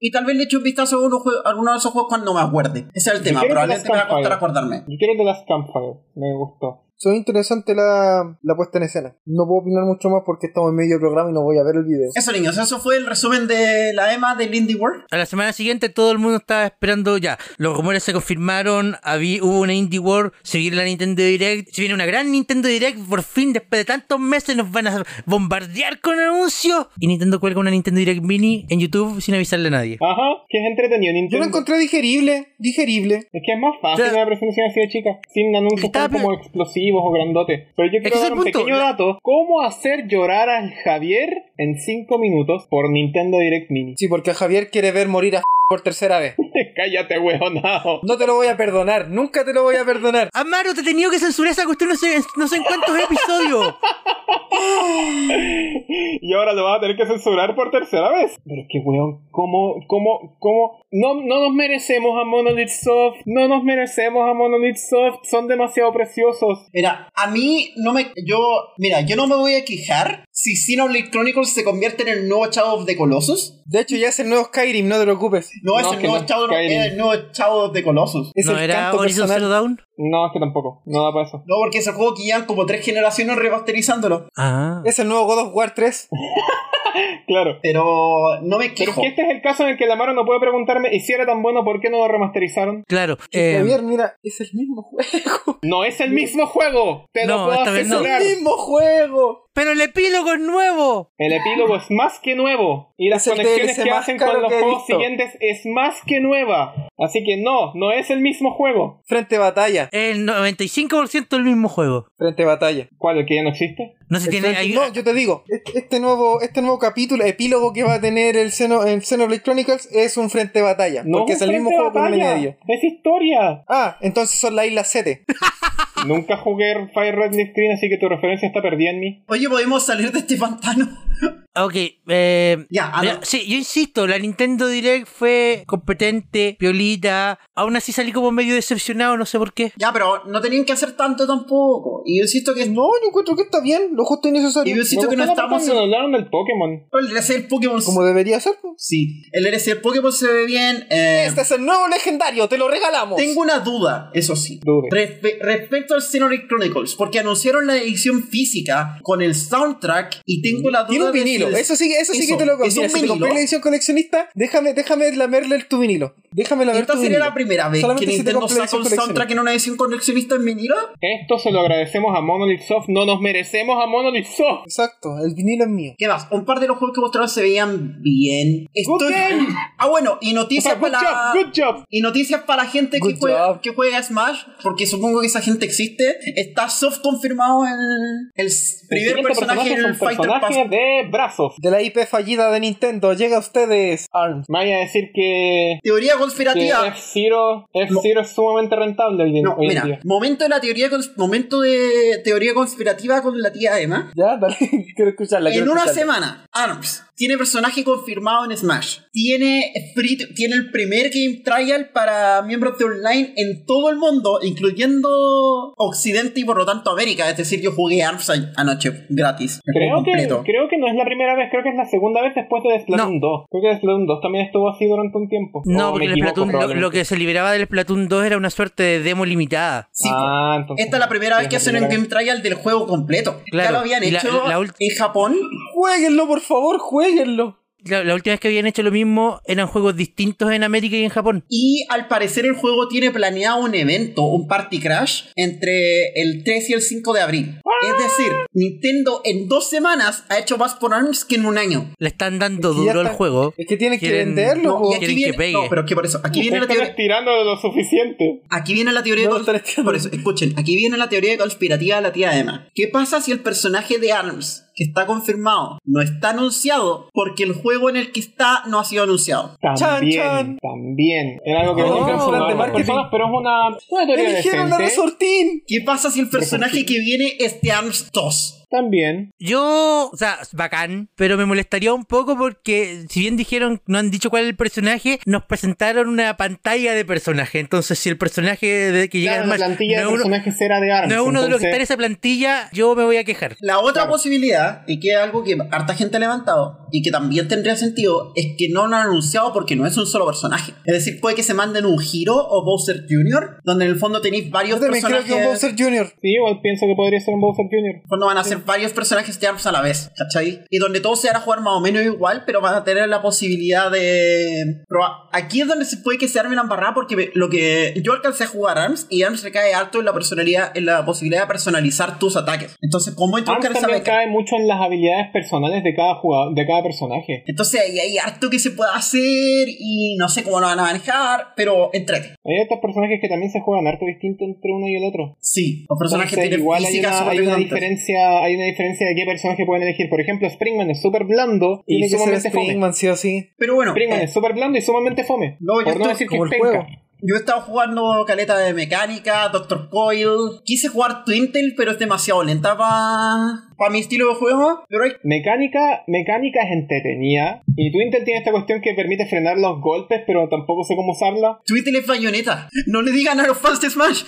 B: y tal vez le eche un vistazo a, unos jue- a alguno de esos juegos cuando me acuerde. Ese es el tema.
C: quiero que
B: Probablemente
C: las
B: me va a costar
C: campañas.
B: acordarme.
C: Yo quiero The Last Campfire, me gustó.
D: Son interesante la, la puesta en escena. No puedo opinar mucho más porque estamos en medio del programa y no voy a ver el video.
B: Eso, niños, eso fue el resumen de la EMA del Indie World.
A: A la semana siguiente todo el mundo estaba esperando ya. Los rumores se confirmaron, habí- hubo una Indie World, se viene la Nintendo Direct, se viene una gran Nintendo Direct, por fin después de tantos meses nos van a bombardear con anuncios. Y Nintendo cuelga una Nintendo Direct Mini en YouTube sin avisarle a nadie.
C: Ajá, que es entretenido.
D: Yo
C: Nintendo.
D: lo encontré digerible, digerible.
C: Es que es más fácil
A: Claro.
C: una presentación así de chica, sin anuncios
A: Está
C: tan como
A: bien.
C: explosivos o grandotes. Pero yo
A: que
C: quiero
A: ese es
C: dar un
A: el punto.
C: pequeño
A: La-
C: dato. ¿Cómo hacer llorar al Javier en 5 minutos por Nintendo Direct Mini?
D: Sí, porque Javier quiere ver morir a por tercera vez.
C: Cállate, huejonao.
D: No te lo voy a perdonar, nunca te lo voy a perdonar.
A: Amaro, te he tenido que censurar esa cuestión no sé, no sé en cuántos episodios.
C: Y ahora lo vas a tener que censurar por tercera vez. Pero es que, weón, ¿cómo, cómo, cómo? No, no nos merecemos a Monolith Soft. No nos merecemos a Monolith Soft. Son demasiado preciosos.
B: Mira, a mí no me. Yo. Mira, yo no me voy a quejar si Xenoblade Chronicles se convierte en el nuevo Shadow of the Colossus.
D: De hecho, ya es el nuevo Skyrim, no te preocupes.
B: No, es
C: No,
B: el
C: que
B: nuevo,
C: no,
B: Shadow,
C: Skyrim.
B: era el nuevo Shadow of the Colossus.
D: Es
A: ¿No
D: el
A: era
D: canto
A: Horizon Zero
D: personal.
A: Dawn?
C: No, es que tampoco. No da para eso.
B: No, porque es el juego que llevan como tres generaciones remasterizándolo.
A: Ah.
D: Es el nuevo God of War 3.
C: Claro.
B: Pero no me
C: Pero es
B: quejo.
C: que este es el caso en el que la Mara no puede preguntarme, ¿y si era tan bueno, por qué no lo remasterizaron?
A: Claro. eh,
D: Javier, mira, es el mismo juego.
C: No es el mismo juego, te
A: No,
C: lo puedo
A: esta vez no.
C: asegurar.
D: El mismo juego.
A: pero el epílogo es nuevo.
C: El epílogo es más que nuevo y las
D: Es el
C: conexiones
D: DLC
C: que
D: más
C: hacen
D: caro
C: con los
D: que he
C: juegos
D: visto.
C: siguientes es más que nueva. Así que no, no es el mismo juego.
D: Frente batalla,
A: El 95% del mismo juego.
D: frente batalla.
C: ¿Cuál? ¿El que ya no existe?
A: No se
D: El
A: tiene...
D: frente-
A: hay-
D: no, yo te digo, este- este nuevo, este nuevo capítulo, epílogo que va a tener el Xeno, el Xenoblade Chronicles es un frente batalla.
C: No
D: porque es el
C: frente
D: mismo
C: de
D: juego con
C: batalla,
D: el medio.
C: Es historia.
D: Ah, entonces son las Islas 7.
C: Nunca jugué Fire Red Leaf Green, así que tu referencia está perdida en mí.
B: Oye, podemos salir de este pantano.
A: ah, Ok, eh,
B: Ya,
C: Ah,
B: a
A: mira,
B: ver.
A: sí, yo insisto, la Nintendo Direct fue competente, piolita, aún así salí como medio decepcionado, no sé por qué.
B: Ya, pero no tenían que hacer tanto tampoco. Y yo insisto que.
D: No, yo encuentro que está bien, lo justo y
B: Y
D: necesario.
B: yo insisto
C: Me
B: que no
C: gustó la parte
B: estamos.
C: cuando hablaron del Pokémon.
B: El DLC del Pokémon.
D: Como debería ser. pues.
B: Sí, el DLC del Pokémon se ve bien. eh,
D: Este es el nuevo legendario, te lo regalamos.
B: Tengo una duda, eso sí.
C: Dude.
B: Respe- respecto al Xenoblade Chronicles, porque anunciaron la edición física con el soundtrack y tengo la duda.
D: Tiene un
B: de si
D: vinilo,
B: el-
D: eso sí, eso sí
B: eso,
D: que te lo
B: ¿es un
D: consigo. Si te
B: vinilo?
D: compré la edición coleccionista, déjame, déjame lamerle el tu vinilo. Déjame lamer
B: Esta
D: tu
B: sería
D: vinilo.
B: la primera vez
D: Solamente
B: que
D: si te
B: Nintendo
D: compré la
B: saca un
D: edición
B: soundtrack en una edición coleccionista en vinilo.
C: Esto se lo agradecemos a Monolith Soft. No nos merecemos a Monolith Soft.
D: Exacto, el vinilo es mío.
B: ¿Qué más? Un par de los juegos que mostraron se veían bien. Estoy-
C: game.
B: Ah, bueno, y
C: O sea,
B: noticias
C: good
B: para la-
C: job, good job.
B: Y noticias para la gente que
D: Good
B: juega,
D: job.
B: que juega Smash, porque supongo que esa gente existe. Está soft confirmado el, el primer
C: siguiente
B: personaje en el
C: son
B: Fighter Pass.
C: personajes de brazos.
D: De la IP fallida de Nintendo, llega a ustedes ARMS.
C: Me vaya a decir que,
B: Teoría
C: que
B: conspirativa.
C: F-Zero F-Zero es sumamente rentable hoy, en-
B: No,
C: hoy en
B: mira,
C: día.
B: momento de la teoría cons- momento de teoría conspirativa con la tía Emma.
D: Ya, dale, quiero escucharla.
B: En
D: quiero
B: una
D: escucharla.
B: semana, ARMS tiene personaje confirmado en Smash. Tiene, free to- tiene el primer game trial para miembros de online en todo el mundo, incluyendo Occidente y por lo tanto América. Es decir, yo jugué ARMS a- anoche gratis. el
C: Creo
B: juego
C: que,
B: completo.
C: creo que no es la primera vez, creo que es la segunda vez después de Splatoon 2. Creo que Splatoon 2 también estuvo así durante un tiempo.
A: No,
C: O Oh, me
A: porque el
C: equivoco,
A: Splatoon- lo,
C: probablemente.
A: lo que se liberaba del Splatoon 2 era una suerte de demo limitada.
B: Sí, pues.
C: Ah, entonces-
B: Esta es la primera
C: sí,
B: vez que
C: es la
B: hacen un
C: primera
B: game trial del juego completo. Ya
A: Claro,
B: lo habían
A: y la-
B: hecho
A: la ult-
B: en Japón.
D: Jueguenlo, por favor, jueguenlo.
A: La, la última vez que habían hecho lo mismo eran juegos distintos en América y en Japón.
B: Y al parecer el juego tiene planeado un evento, un party crash, entre el 3 y el 5 de abril. Es decir, Nintendo en dos semanas ha hecho más por ARMS que en un año.
A: Le están dando
D: Es que ya
A: duro al
D: está-
A: juego.
D: Es que tienes que
A: Quieren-
D: venderlo.
B: No,
D: po.
B: y aquí
A: quieren
B: viene,
A: que pegue.
B: no, pero es que por eso, aquí viene la
C: Están
B: teoría.
C: estirando lo suficiente.
B: Aquí viene la teoría
D: No,
B: de cons-
D: está estirando.
B: Por eso, escuchen, aquí viene la teoría conspirativa de la tía Emma. ¿Qué pasa si el personaje de ARMS que está confirmado no está anunciado porque el juego en el que está no ha sido anunciado.
C: También,
D: chan.
C: también. Era algo que
D: Oh,
C: no
D: plan de
C: confirmaron
D: marketing.
C: personas, pero es una, una teoría
D: Eligieron a
C: decente.
D: Resortín.
B: ¿Qué pasa si el personaje que viene es de Arms 2?
C: También.
A: Yo, o sea, bacán, pero me molestaría un poco porque si bien dijeron, no han dicho cuál es el personaje, nos presentaron una pantalla de personaje. Entonces, si el personaje de que llega
C: Claro,
A: al
C: la
A: match no
C: plantilla de
A: es uno,
C: personajes era de Arms.
A: no es uno de los que está en
C: entonces-
A: esa plantilla, yo me voy a quejar.
D: Este
B: La otra
C: Claro.
B: posibilidad, y que es algo que harta gente ha levantado y que también tendría sentido, es que no lo han anunciado porque no es un solo personaje. Es decir, puede que se manden un giro o Bowser Jr., donde en el fondo tenéis varios
D: Yo también creo
B: personajes.
D: que un Bowser Jr.
C: Sí, igual pienso que podría ser un Bowser Jr.
B: Cuando van a ser varios personajes de ARMS a la vez, ¿cachai? Y donde todos se van a jugar más o menos igual, pero van a tener la posibilidad de... probar. aquí es donde se puede que se arme la embarrada, porque me- lo que yo alcancé a jugar ARMS, y ARMS recae alto en la personalidad, en la posibilidad de personalizar tus ataques. Entonces, ¿cómo
C: Arms
B: introducir esa
C: también
B: mecánica?
C: cae mucho en las habilidades personales de cada jugador, de cada personaje.
B: Entonces, ahí hay harto que se puede hacer, y no sé cómo lo van a manejar, pero entrete.
C: Hay otros personajes que también se juegan harto distinto entre uno y el otro.
B: Sí, los personajes
C: Entonces,
B: tienen
C: igual hay
B: físicas
C: una,
B: súper
C: hay una
B: redondas.
C: diferencia, hay una diferencia de qué personaje pueden elegir. Por ejemplo, Springman es súper blando y
D: Y que ser
C: sumamente fome.
D: Springman, sí o sí.
B: Pero bueno,
C: Springman
B: eh,
C: es súper blando y sumamente fome.
B: No, yo
C: por no
B: estoy-
C: decir que
D: Como
C: es
D: el juego.
C: penca.
B: Yo he estado jugando caleta de mecánica, Doctor Coil. Quise jugar Twintel, pero es demasiado lenta para mi estilo de juego. Pero hay-
C: Mecánica, mecánica es entretenida. Y Twintel tiene esta cuestión que permite frenar los golpes, pero tampoco sé cómo usarla.
B: Twintel es bayoneta. No le digan a los fans de Smash.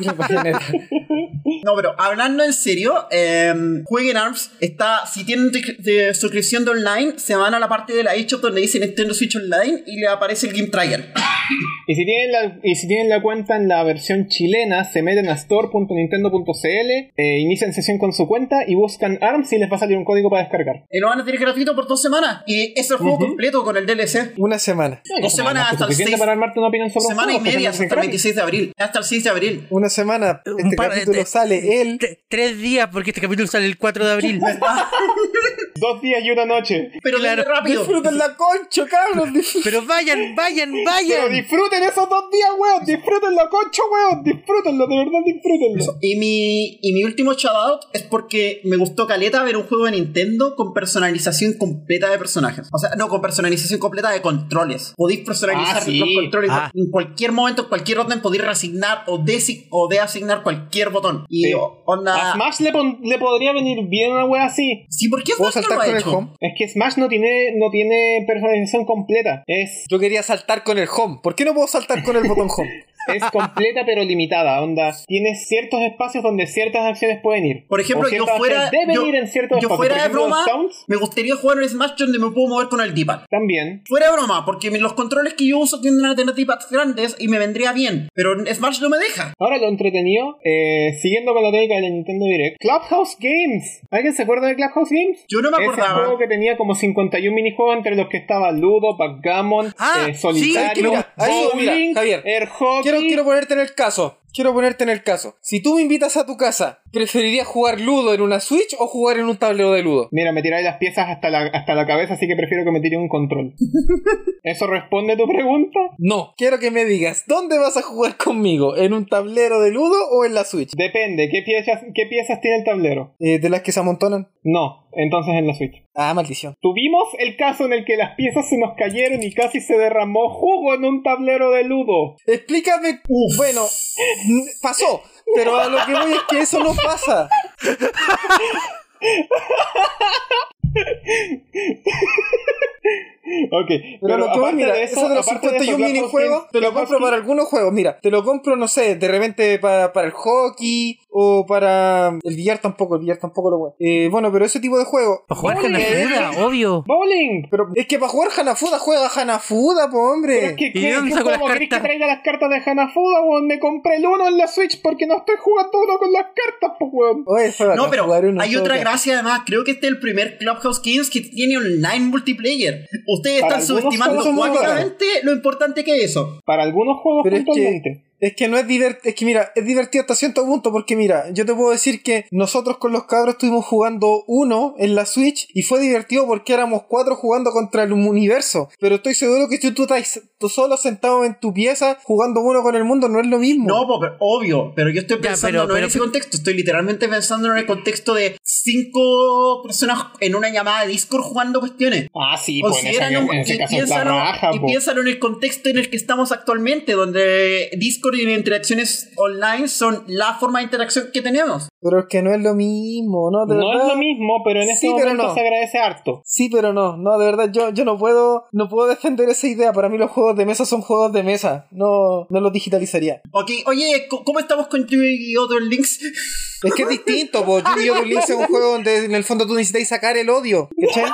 B: no, pero hablando en serio, eh, jueguen ARMS. Está, si tienen de, de suscripción de online, se van a la parte de la eShop donde dice Nintendo Switch Online y le aparece el Game Trial.
C: Y si tienen la, y si tienen la cuenta en la versión chilena, se meten a store.nintendo.cl, eh, inician sesión con su cuenta y buscan ARMS y les va a salir un código para descargar.
B: Y lo van a tener gratuito por dos semanas. Y es el juego completo con el DLC.
D: Una semana.
B: Dos semanas
C: Además,
B: hasta el
C: suficiente
B: 6.
C: para armarte una opinión sobre un
B: Semana y
C: juego,
B: media
C: especialmente
B: hasta
C: en
B: el
C: gratis.
B: 26 de abril. Hasta el 6 de abril.
D: Una semana.
A: Un
D: Este
A: par de-
D: capítulo
A: de-
D: sale él.
A: tre- tres días, porque este capítulo sale el 4 de abril.
C: Dos días y una noche.
B: Pero
A: Claro.
B: denle rápido.
D: Disfruten la concha, cabros. disfruten.
A: Pero vayan, vayan,
C: Pero
A: vayan.
C: disfruten esos dos días, weón. Disfrútenlo, concho, weón. Disfrútenlo, de verdad, disfrútenlo.
B: Y mi, y mi último shoutout es porque me gustó caleta ver un juego de Nintendo con personalización completa de personajes. O sea, no, con personalización completa de controles. Podéis personalizar
C: Ah, sí.
B: los controles.
A: Ah.
B: En cualquier momento, en cualquier orden, podéis reasignar o, desi- o deasignar cualquier botón. Y
C: Sí.
B: o- onda.
C: A Smash le, pon- le podría venir bien una wea así.
B: Sí, ¿por qué
D: ¿Puedo
B: Smash no
D: saltar
B: lo ha
D: con el
B: hecho?
D: home?
C: Es que Smash no tiene, no tiene personalización completa. Es,
D: Yo quería saltar con el home. ¿Por qué no puedo saltar con el botón home?
C: es completa pero limitada. Onda, tiene ciertos espacios donde ciertas acciones pueden ir.
B: Por ejemplo,
C: O
B: yo
C: ciertas
B: fuera,
C: acciones
B: yo,
C: deben ir en ciertos
B: yo
C: espacios.
B: fuera de
C: Por ejemplo,
B: broma,
C: Sounds,
B: me gustaría jugar un Smash donde me puedo mover con el D-pad.
C: también.
B: Fuera de broma, porque mi- los controles que yo uso tienden a tener D-pads grandes y me vendría bien, pero en Smash no me deja.
C: Ahora lo entretenido, eh, siguiendo con la técnica de la Nintendo Direct, Clubhouse Games. ¿Alguien se acuerda de Clubhouse Games?
B: Yo no me
C: Ese
B: acordaba.
C: juego que tenía como 51 minijuegos entre los que estaba Ludo, Backgammon,
A: Ah,
C: eh,
A: sí,
C: Solitario,
D: mira, ahí, mira,
C: Bowling,
D: Javier,
C: Air Hockey.
D: Quiero, quiero ponerte en el caso. Quiero ponerte en el caso. Si tú me invitas a tu casa, ¿preferirías jugar Ludo en una Switch o jugar en un tablero de Ludo?
C: Mira, me tiráis las piezas hasta la, hasta la cabeza, así que prefiero que me tire un control. ¿Eso responde a tu pregunta?
D: No. Quiero que me digas, ¿dónde vas a jugar conmigo? ¿En un tablero de Ludo o en la Switch?
C: Depende, ¿qué piezas, qué piezas tiene el tablero?
D: Eh, de las que se amontonan.
C: No, entonces en la Switch.
D: Ah, maldición.
C: Tuvimos el caso en el que las piezas se nos cayeron y casi se derramó jugo en un tablero de Ludo.
D: Explícame. Bueno, n- pasó. Pero a lo que voy es que eso no pasa.
C: Ok,
D: Pero, lo que voy,
C: aparte
D: mira,
C: de
D: eso, de los
C: aparte de
D: 51
C: eso, Clubhouse
D: minijuegos,
C: Games-
D: te lo
C: Clubhouse
D: compro para algunos juegos. Mira, te lo compro, no sé, de repente para, para el hockey o para mm, el billar tampoco, el billar tampoco lo juego. Eh, bueno, pero ese tipo de juego.
A: Para jugar con la figura, obvio.
C: Bowling.
D: Pero es que para jugar Hanafuda juega Hanafuda, po,
C: Pero
D: hombre.
C: es que,
A: ¿Y de
C: ¿qué-
A: dónde
C: qué
A: saco las
C: juego querés
A: cartas?
C: que traiga las cartas de Hanafuda, weón? Me compré el uno en la Switch porque no estoy jugando uno con las cartas, pues, weón.
D: Oye, fue
B: No,
D: bacán
B: pero
D: jugar uno
B: hay
D: solo
B: otra
D: que-
B: gracia además. Creo que este es el primer Clubhouse Games que tiene online multiplayer. Ustedes
C: Para
B: están
C: algunos
B: subestimando
D: son muy buenos.
B: cuánticamente lo importante que es eso.
C: Para algunos juegos
D: Pero es
C: puntualmente.
D: que, es que no es divertido, es que mira, es divertido hasta cierto punto porque mira, yo te puedo decir que nosotros con los cabros estuvimos jugando uno en la Switch y fue divertido porque éramos cuatro jugando contra el universo, pero estoy seguro que si tú traes, tú solo sentado en tu pieza jugando uno con el mundo no es lo mismo.
B: No, po, pero- obvio, pero yo estoy
A: Ya,
B: pensando
A: pero-
B: no
A: pero-
B: en ese contexto, estoy literalmente pensando en el contexto de cinco personas en una llamada de Discord jugando cuestiones.
C: Ah, sí, pues en, ese-
B: Consideran
C: en ese
B: y
C: caso es la
B: piénsalo,
C: raja,
B: y
C: po.
B: piénsalo en el contexto en el que estamos actualmente, donde Discord y interacciones online son la forma de interacción que tenemos.
D: Pero es que no es lo mismo, ¿no? De
C: No es
D: verdad.
C: lo mismo, pero en este
D: Sí, pero
C: momento
D: no.
C: se agradece harto.
D: Sí, pero no, no, de verdad, yo, yo no puedo, no puedo defender esa idea. Para mí los juegos de mesa son juegos de mesa. No, no los digitalizaría.
B: Ok, oye, co- ¿cómo estamos con Yuri y otros links?
D: Es que es distinto, po. Yo yo Links es un juego donde en el fondo tú necesitas sacar el odio. ¿Cachai?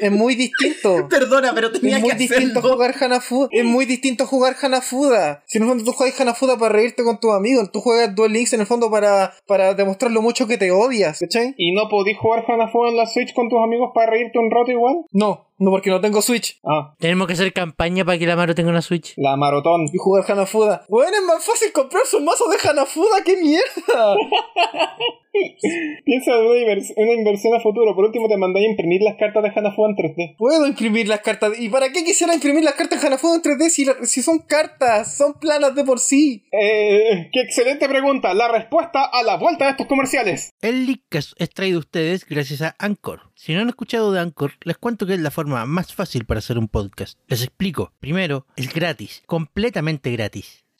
D: es muy distinto.
B: Perdona, pero tenía
D: Es muy
B: que
D: distinto
B: hacerlo.
D: jugar Hanafuda. Es muy distinto jugar Hanafuda. Si en el fondo tú juegas Hanafuda para reírte con tus amigos, tú juegas Duel Links en el fondo para, para demostrar lo mucho que te odias, ¿cachai?
C: ¿Y no podís jugar Hanafuda en la Switch con tus amigos para reírte un rato igual?
D: No, no porque no tengo Switch.
C: Ah,
A: Tenemos que hacer campaña para que la Maro tenga una Switch.
C: la maratón.
D: Y jugar Hanafuda. Bueno, es más fácil comprarse un mazo de Hanafuda, qué mierda.
C: Piensa en una, invers- una inversión a futuro. Por último, te mandáis a imprimir las cartas de Hanafuda en 3D.
D: Puedo imprimir las cartas. ¿Y para qué quisiera imprimir las cartas en Hanafuda en 3D si, la- si son cartas? Son planas de por sí.
C: Eh, qué excelente pregunta. La respuesta a la vuelta de estos comerciales.
A: El Leadcast es traído a ustedes gracias a Anchor. Si no han escuchado de Anchor, les cuento que es la forma más fácil para hacer un podcast. Les explico. Primero, es gratis, completamente gratis.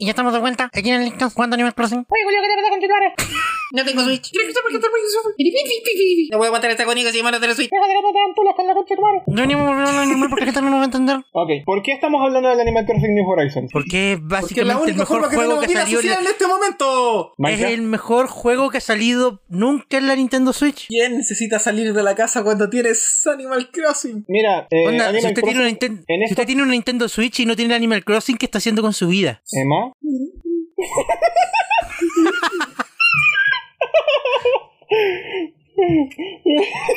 E: Y ya estamos de vuelta aquí en el Lincoln jugando Animal Crossing.
G: Oye, Julio, ¿qué te pasa con tu cara?
E: No tengo Switch. No voy a aguantar esta agonía que se llama la de la Switch.
G: Deja de levantar ampulas con la concha de tu madre.
E: No venimos a volver a hablar de animal porque la gente no nos va a entender.
C: Ok, ¿por qué estamos hablando del Animal Crossing New Horizons?
A: Porque es
D: Porque es la
A: básicamente el
D: única
A: mejor
D: forma que
A: juego
D: tenemos
A: que,
D: vida
A: salió.
D: social en este momento.
A: Es el mejor juego que ha salido nunca en la Nintendo Switch.
D: ¿Quién necesita salir de la casa cuando tienes Animal Crossing?
C: Mira, eh,
A: Onda, si
C: Animal
A: usted, tiene una
C: Crossing-
A: Ninten-
C: en
A: si
C: esto-
A: usted tiene una Nintendo Switch y no tiene el Animal Crossing, ¿qué está haciendo con su vida?
C: ¿Emma?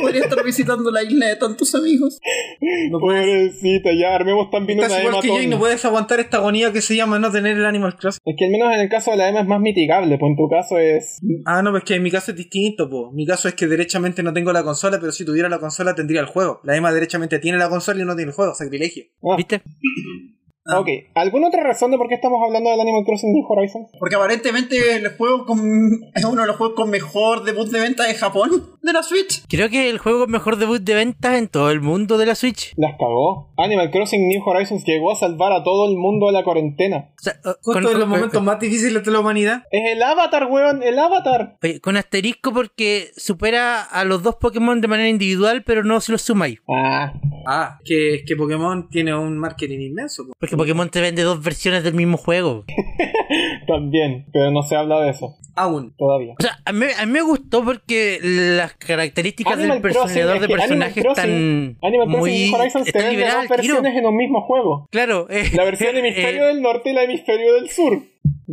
B: Podría estar visitando la isla de tantos amigos.
C: Pobrecita, ya armemos también
D: Estás
C: una
D: igual
C: Emma
D: que yo y
C: Thompson.
D: no puedes aguantar esta agonía que se llama no tener el Animal Crossing.
C: Es que al menos en el caso de la Emma es más mitigable, pues en tu caso es...
D: Ah, no, pues que en mi caso es distinto, po. Mi caso es que derechamente no tengo la consola, pero si tuviera la consola tendría el juego. La Emma derechamente tiene la consola y no tiene el juego, sacrilegio.
C: Ah,
A: ¿Viste? ah.
C: ok, ¿alguna otra razón de por qué estamos hablando del Animal Crossing New Horizons?
B: Porque aparentemente el juego con, es uno de los juegos con mejor debut de venta de Japón de la Switch.
A: Creo que es el juego con mejor debut de ventas en todo el mundo de la Switch.
C: Las cagó. Animal Crossing New Horizons llegó a salvar a todo el mundo de la cuarentena.
A: O sea, eh,
D: Justo
A: con-
D: en los
A: con-
D: momentos más difíciles de la humanidad.
C: Es el avatar, weón, el avatar.
A: Oye, con asterisco porque supera a los dos Pokémon de manera individual, pero no si los sumáis.
C: Ah,
D: Ah, que, que Pokémon tiene un marketing inmenso, po.
A: Porque Pokémon te vende dos versiones del mismo juego.
C: también, pero no se habla de eso
D: Aún.
C: todavía.
A: O sea, a mí, a mí me gustó porque las características del
C: Animal
A: personalizador
C: Crossing, es
A: de
C: que Animal
A: personajes
C: Crossing-
A: están
C: Animal Crossing
A: muy este
C: New Horizons te
A: están
C: vende
A: liberadas
C: dos
A: al tiro.
C: versiones en un mismo juego.
A: Claro, eh,
C: La versión de
A: eh,
C: Hemisferio del Norte y la de Hemisferio del Sur.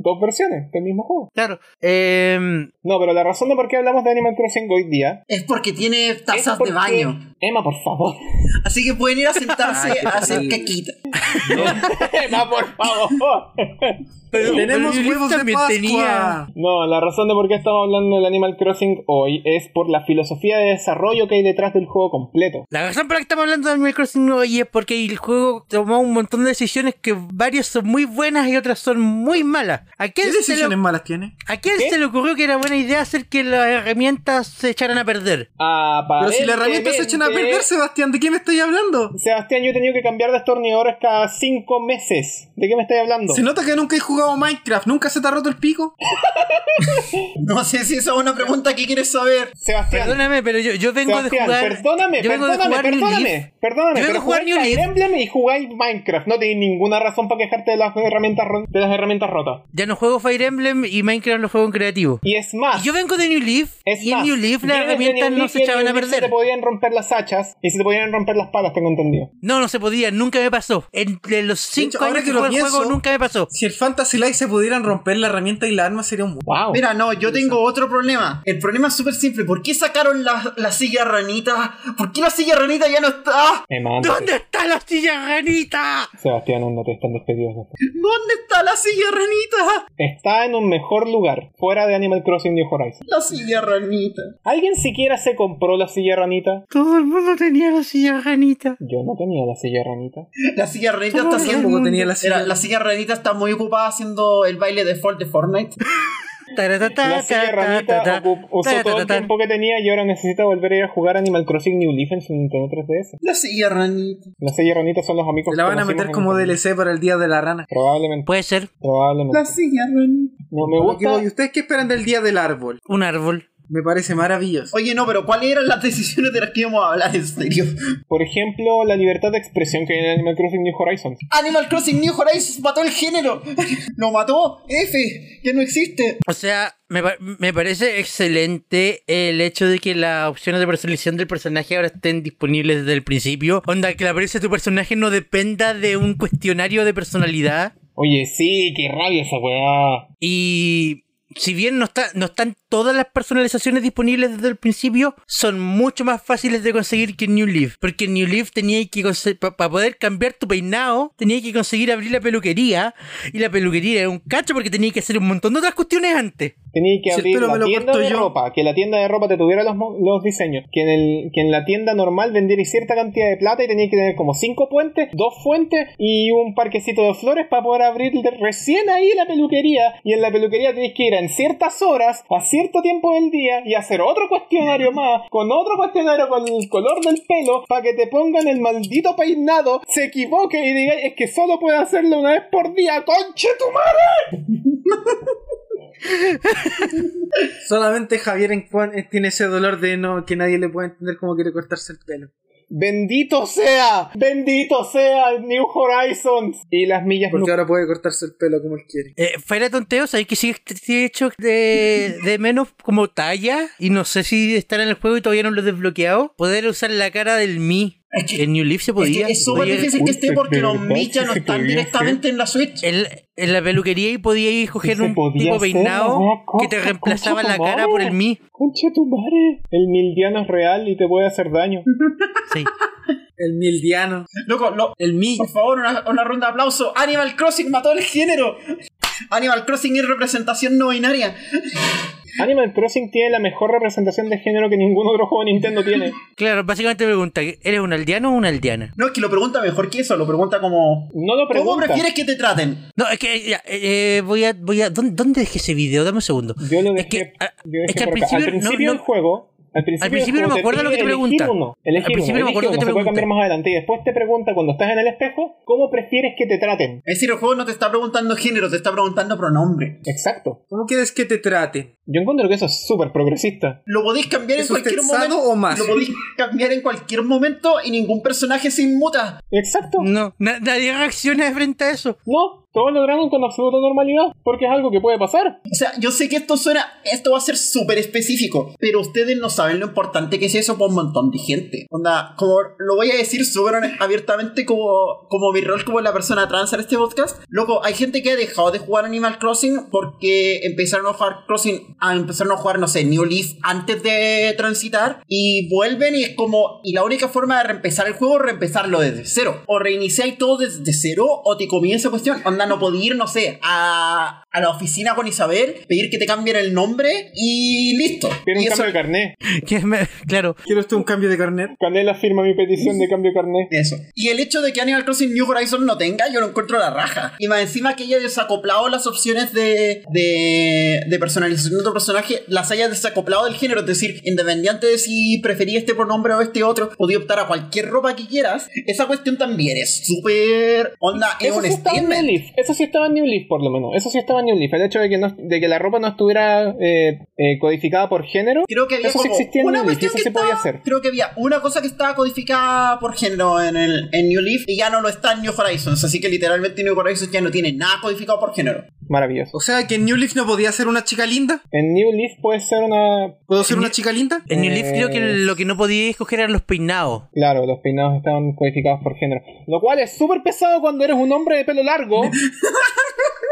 C: Dos versiones del mismo juego.
A: Claro, eh,
C: No, pero la razón de por qué hablamos de Animal Crossing hoy día.
B: Es porque tiene
C: es
B: tazas
C: porque-
B: de baño.
C: Emma, por favor.
B: Así que pueden ir a sentarse
C: Ah,
D: Ay, qué
B: a hacer
D: terrible.
B: caquita.
C: Emma, por favor.
D: Tenemos
A: Oh, pero
D: huevos de
A: también
D: Pascua.
A: tenía-
C: No, la razón de por qué estamos hablando del Animal Crossing hoy es por la filosofía de desarrollo que hay detrás del juego completo.
A: la razón por la que estamos hablando de Animal Crossing hoy es porque el juego tomó un montón de decisiones que varias son muy buenas y otras son muy malas. ¿A
D: ¿Qué
A: quién, se
D: decisiones
A: le,
D: malas tiene?
A: a quién
C: ¿Qué?
A: se le ocurrió que era buena idea hacer que las herramientas se echaran a perder?
D: Pero si las herramientas se echan a
C: Aparentemente,
D: perder, Sebastián, ¿de qué me estoy hablando?
C: Sebastián, yo he tenido que cambiar de destornilladores cada cinco meses. ¿De qué me estás hablando?
D: Se nota que nunca he
H: jugado Minecraft? ¿Nunca se te ha roto el pico?
B: No sé si esa es una pregunta que quieres saber.
C: Sebastián.
A: Perdóname, pero yo, yo vengo
C: Sebastián,
A: de jugar.
C: perdóname,
A: yo vengo de jugar
C: perdóname,
A: New Leaf.
C: perdóname, perdóname,
A: Yo vengo
C: pero
A: a jugar
C: jugáis
A: New
C: Fire
A: Leaf.
C: Emblem y jugáis Minecraft. No tenéis ninguna razón para quejarte de las herramientas, ro- de las herramientas rotas.
A: Ya no juego Fire Emblem y Minecraft lo juego en creativo.
C: Y es más,
A: Y yo vengo de New Leaf
C: Ah. es
A: y en
C: más,
A: New Leaf las
C: vienes de
A: herramientas
C: New
A: no
C: Leaf
A: se
C: y en
A: echaban
C: New
A: a
C: Leaf Se
A: perder.
C: te podían romper las hachas y se te podían romper las palas, tengo entendido.
A: No, no se podía, nunca me pasó. Entre los
H: hecho,
A: 5
H: ahora
A: años
H: que
A: que
H: lo
A: juego el juego
H: pienso-
A: nunca me pasó.
H: Si el Fantasy Life se pudieran romper la herramienta y la arma sería un...
C: Wow.
B: Mira, no, yo tengo otro problema. El problema es súper simple. ¿Por qué sacaron la, la silla ranita? ¿Por qué la silla ranita ya no está?
C: Me manda.
A: ¿Dónde está la silla ranita?
C: Sebastián, ándate, están despedidos. de esto.
B: ¿Dónde está la silla ranita?
C: Está en un mejor lugar, fuera de Animal Crossing New Horizons.
B: La silla ranita.
C: ¿Alguien siquiera se compró la silla ranita?
A: Todo el mundo tenía la silla ranita.
C: Yo no tenía la silla ranita.
B: La silla ranita está haciendo.
H: Tampoco tenía la
B: Era,
H: silla.
B: la silla ranita está muy ocupada haciendo el baile de Fall de Fortnite.
C: La silla ranita ocu- usó todo el tiempo que tenía y ahora necesita volver a ir a jugar Animal Crossing New Leaf en su Nintendo 3DS.
B: La silla ranita.
C: La silla ranita son los amigos
H: La van a
C: conocimos
H: meter
C: en
H: como
C: internet.
H: DLC para el Día de la Rana. Pues,
C: Probablemente,
A: Puede ser
C: probablemente.
B: La silla ranita.
C: No me
H: Lo que
C: gusta.
H: voy, ¿Ustedes qué esperan del Día del Árbol?
A: un árbol.
H: Me parece maravilloso.
B: Oye, no, pero ¿cuáles eran las decisiones de las que íbamos a hablar en serio?
C: Por ejemplo, la libertad de expresión que hay en Animal Crossing New Horizons.
B: Animal Crossing New Horizons mató el género. Lo mató. F. Ya no existe.
A: O sea, me, pa- me parece excelente el hecho de que las opciones de personalización del personaje ahora estén disponibles desde el principio. Onda, que la apariencia de tu personaje no dependa de un cuestionario de personalidad.
C: Oye, sí, qué rabia esa weá.
A: Y si bien no, está, no están todas las personalizaciones disponibles desde el principio, son mucho más fáciles de conseguir que en New Leaf. Porque en New Leaf tenía que para poder cambiar tu peinado, tenía que conseguir abrir la peluquería. Y la peluquería era un cacho porque tenía que hacer un montón de otras cuestiones antes.
C: Tenía que
H: Si el
C: abrir
H: pelo me
C: la
H: lo
C: tienda
H: corto
C: de
H: yo.
C: ropa, que la tienda de ropa te tuviera los, mo- los diseños, que en, el, que en la tienda normal vendiera cierta cantidad de plata y tenía que tener como cinco puentes, dos fuentes y un parquecito de flores para poder abrir de- recién ahí la peluquería. Y en la peluquería tenés que ir en ciertas horas, a cierto tiempo del día y hacer otro cuestionario más, con otro cuestionario con el color del pelo, para que te pongan el maldito peinado, se equivoque y digáis, es que solo puedes hacerlo una vez por día, conche tu madre.
H: Solamente Javier en Juan eh, tiene ese dolor de no que nadie le puede entender cómo quiere cortarse el pelo.
C: Bendito sea, bendito sea el New Horizons y las millas
H: Porque
C: nu-
H: ahora puede cortarse el pelo como él quiere.
A: Eh, fuera de tonteo, sabéis que sigue sigue hecho de, de menos como talla. Y no sé si estará en el juego y todavía no lo he desbloqueado. Poder usar la cara del Mi.
B: Es que-
A: en New Leaf se
B: Es,
A: podía.
B: que es súper
A: Podía-
B: difícil que esté
C: Uy,
B: porque los
C: ¿verdad?
B: Michas no
C: Sí se
B: están
C: podía
B: directamente en la Switch.
A: en, en la peluquería y podía ir coger
C: se
A: un
C: podía
A: tipo
C: hacer,
A: peinado
C: ¿verdad? Co-
A: que te
C: co-
A: reemplazaba
C: concha
A: la
C: tu
A: cara
C: madre.
A: por el mi.
C: Concha tu madre. El mildiano es real y te puede hacer daño.
A: Sí.
H: El mildiano,
B: Loco, lo-
H: el mi.
B: por favor, una, una ronda de aplauso. Animal Crossing mató el género. Animal Crossing y representación no binaria.
C: Animal Crossing tiene la mejor representación de género que ningún otro juego de Nintendo tiene.
A: Claro, básicamente me pregunta, ¿eres un aldeano o una aldeana?
B: No, es que lo pregunta mejor que eso, lo pregunta como...
C: No
B: ¿Cómo
C: lo pregunta.
B: prefieres que te traten?
A: No, es que ya, eh, eh, voy a... Voy a ¿dónde, dónde dejé ese video? Dame un segundo.
C: Yo lo
A: Es
C: dejé,
A: que, ah,
C: yo dejé
A: es que al
C: por acá.
A: principio,
C: al
A: no-
C: principio
A: no-
C: del juego. Al principio,
A: al
C: del
A: principio no
C: juego
A: me acuerdo lo que te
C: elegir
A: pregunta.
C: uno, elegir
A: Al principio
C: uno,
A: no me acuerdo que
C: elige
A: te
C: uno,
A: pregunta.
C: Se puede cambiar más adelante. Y después te pregunta, cuando estás en el espejo, ¿cómo prefieres que te traten?
B: Es decir, el juego no te está preguntando género, te está preguntando pronombre.
C: Exacto.
H: ¿Cómo quieres que te traten?
C: Yo encuentro que eso es súper progresista.
B: Lo podéis cambiar en
H: ¿Es usted
B: cualquier
H: sano
B: momento.
H: o más?
B: Lo podéis cambiar en cualquier momento y ningún personaje se inmuta.
C: Exacto.
A: No, na- nadie reacciona frente a eso.
C: No, todos lograron con absoluta normalidad, porque es algo que puede pasar.
B: O sea, yo sé que esto suena, esto va a ser súper específico, pero ustedes no saben lo importante que es eso para un montón de gente. Onda, como lo voy a decir súper hone- abiertamente como, como mi rol como la persona trans en este podcast. Loco, hay gente que ha dejado de jugar Animal Crossing porque empezaron a jugar Crossing, a empezaron a jugar, no sé, New Leaf antes de transitar y vuelven y es como, y la única forma de reempezar el juego es reempezarlo desde cero. O reiniciáis todo desde cero o te comí esa cuestión. Onda, no podía ir, no sé, a, a la oficina con Isabel, pedir que te cambien el nombre y listo.
C: Tiene un
B: Y eso-
C: cambio de carné.
A: Que me- claro,
H: ¿Quiere usted un cambio de carnet?
C: Canela firma mi petición de cambio de carné.
B: Eso. Y el hecho de que Animal Crossing New Horizons no tenga, yo lo encuentro la raja. Y más encima que haya desacoplado las opciones de, de, de personalización de otro personaje, las haya desacoplado del género. Es decir, independiente de si prefería este pronombre o este otro, podía optar a cualquier ropa que quieras. Esa cuestión también es súper onda, es
C: Eso
B: un
C: sí está en
B: statement.
C: New Leaf. Eso sí estaba en New Leaf, por lo menos. Eso sí estaba en New Leaf. El hecho de que, no- de que la ropa no estuviera eh, eh, codificada por género.
B: Creo que había
C: Eso sí
B: como
C: existía en
B: una
C: New Leaf,
B: cuestión
C: eso
B: que
C: se podía
B: estaba-
C: hacer.
B: Creo que había una cosa que estaba codificada por género en, el, en New Leaf y ya no lo está en New Horizons. Así que literalmente New Horizons ya no tiene nada codificado por género.
C: Maravilloso.
H: O sea, que en New Leaf no podía ser una chica linda.
C: En New Leaf puede ser una.
H: ¿Puedo ser una chica linda?
A: En New Leaf
C: Eh.
A: creo que lo que no podía escoger eran los peinados.
C: Claro, los peinados estaban codificados por género. Lo cual es súper pesado cuando eres un hombre de pelo largo.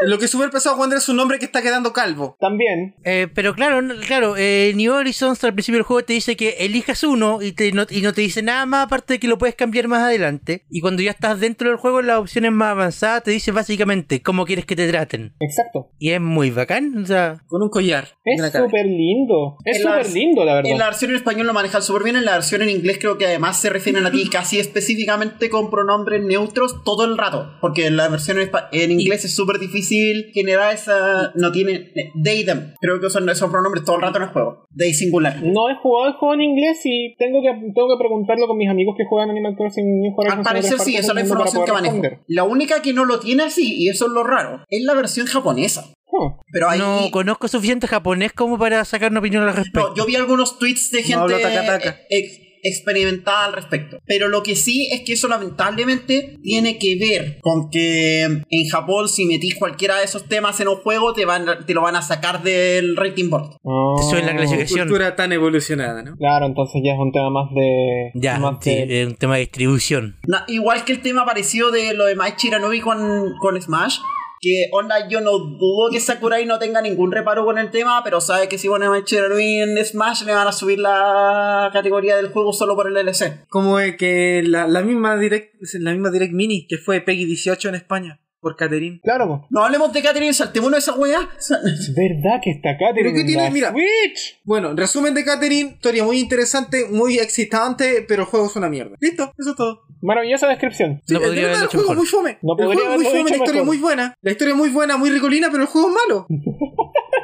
H: Lo que es súper pesado, Wander, es un hombre que está quedando calvo.
C: también.
A: Eh, pero claro, no- claro, eh, New Horizons al principio del juego te dice que elijas uno y, te, no, y no te dice nada más aparte de que lo puedes cambiar más adelante. Y cuando ya estás dentro del juego, las opciones más avanzadas te dice básicamente cómo quieres que te traten.
C: Exacto.
A: Y es muy bacán, o sea,
H: Con un collar.
C: Es
H: en la cara.
C: súper lindo. Es
B: En la-
C: súper lindo, la verdad.
B: En la versión en español lo manejan súper bien, en la versión en inglés creo que además se refieren a ti casi específicamente con pronombres neutros todo el rato, porque en la versión en, espa- en inglés es súper difícil generar esa... no tiene... eh, They, them, creo que son esos pronombres todo el rato en el juego, they singular.
C: No he jugado el juego en inglés y tengo que, tengo que preguntarlo con mis amigos que juegan Animal Crossing New Horizons.
B: Al parecer sí, esa es la información que manejo. La única que no lo tiene así, y eso es lo raro, es la versión japonesa.
C: Huh.
B: Pero ahí...
A: no conozco suficiente japonés como para sacar una opinión al respecto.
B: No, yo vi algunos tweets de gente eh,
H: hablo taca, taca.
B: ex- experimentada al respecto. Pero lo que sí es que eso lamentablemente tiene que ver con que en Japón si metís cualquiera de esos temas en un juego te, van, te lo van a sacar del rating board.
A: Eso es la clasificación.
H: Cultura tan evolucionada, ¿no?
C: Ah, Claro, entonces ya es un tema más de.
A: Ya,
C: más
A: sí, eh.
C: de-
A: es un tema de distribución.
B: Na- igual que el tema parecido de lo de Mai Shiranobi con, con Smash. Que onda, yo no dudo que Sakurai no tenga ningún reparo con el tema, pero sabe que si pone Mai Shiranobi en Smash le van a subir la categoría del juego solo por el DLC.
H: Como eh, que la, la misma direct, la misma direct mini que fue Peggy 18 en España por Caterín.
C: Claro, po.
B: No hablemos de Catherine, saltémonos de esa wea.
C: ¿Verdad que está acá?
H: Pero que tiene- mira.
C: Switch.
H: Bueno, resumen de Caterín, historia muy interesante, muy excitante, pero el juego es una mierda. Listo, eso es todo.
C: Maravillosa descripción.
H: Sí,
A: No
H: el
A: podría
H: tema
A: haberlo
H: del
A: hecho
H: juego
A: mejor.
H: es muy fome.
C: No
H: el
C: podría
H: juego es muy
C: haberlo
H: fome, la
C: hecho
H: historia es
C: mejor.
H: muy buena. La historia es muy buena, muy ricolina, pero el juego es malo.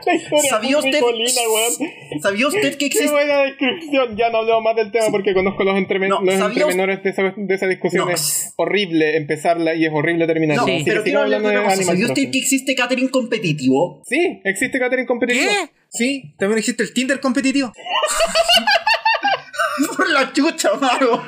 C: La historia
B: ¿Sabía
C: es muy
B: usted-
C: colina, weón.
B: ¿Sabía usted que
C: Qué
B: existe
C: buena descripción. Ya no hablemos más del tema porque conozco los, entreme-
B: No,
C: los
B: ¿sabía
C: entremenores de esa, de esa discusión.
B: No.
C: Es horrible empezarla y es horrible terminarla.
B: No,
A: Sí.
C: Así que
B: pero quiero
C: sigamos
B: hablar de una
C: hablando
B: cosa.
C: Animal
B: ¿Sabía usted
C: Crossing.
B: que existe catering competitivo?
C: Sí, existe catering competitivo.
H: Sí, también existe el Tinder competitivo.
B: Por la chucha, mago.
C: ¡Oh,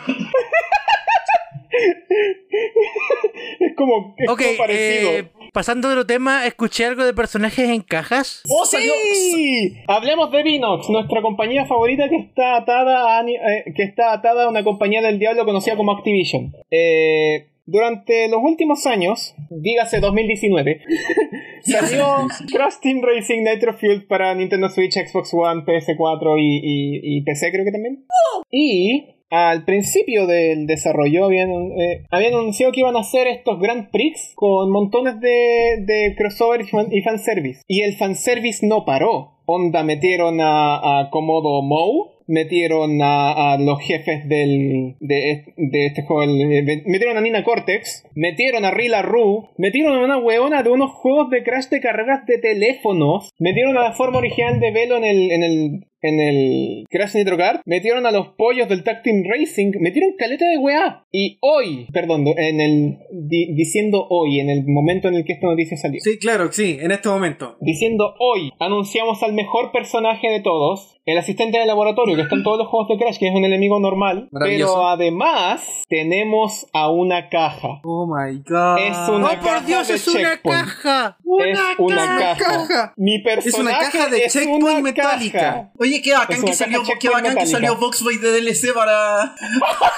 C: Es como es
A: Ok,
C: como parecido.
A: eh, pasando de otro tema, escuché algo de personajes en cajas.
B: Oh, salió.
C: Sí, hablemos de Vinox, nuestra compañía favorita que está atada a, ani- eh, que está atada a una compañía del diablo conocida como Activision. Eh, durante los últimos años, dígase 2019, salió Crash Team Racing Nitro Fuel para Nintendo Switch, Xbox One, PS4 y, y- y PC creo que también. Y al principio del desarrollo habían, eh, habían anunciado que iban a hacer estos Grand Prix con montones de, de crossover y fan- y fanservice. Y el fanservice no paró. Onda metieron a, a Komodo Mou. Metieron a, a los jefes del, de, est- de este juego. el- eh, metieron a Nina Cortex. Metieron a Rila Ru. Metieron a una hueona de unos juegos de crash de carreras de teléfonos. Metieron a la forma original de Velo en el, en el en el Crash Nitro Kart, metieron a los pollos del Tag Team Racing, metieron caleta de weá. Y hoy, perdón, en el di- diciendo hoy, en el momento en el que esta noticia salió.
H: Sí, claro, sí, en este momento.
C: Diciendo hoy, anunciamos al mejor personaje de todos, el asistente de laboratorio, que está en todos los juegos de Crash, que es un enemigo normal.
H: Maravilloso.
C: Pero además, tenemos a una caja.
H: Oh my god.
C: Es una
A: ¡Oh, por
C: caja
A: Dios,
C: de
A: es una
C: checkpoint.
A: caja!
C: es una caja. Mi
H: Es una
C: personaje
H: caja de
C: es
H: Checkpoint
C: una
H: metálica.
C: caja.
B: Oye, qué bacán
C: Es una
B: que salió,
C: caja
B: qué bacán que
C: metálica.
B: salió Boxboy de DLC para.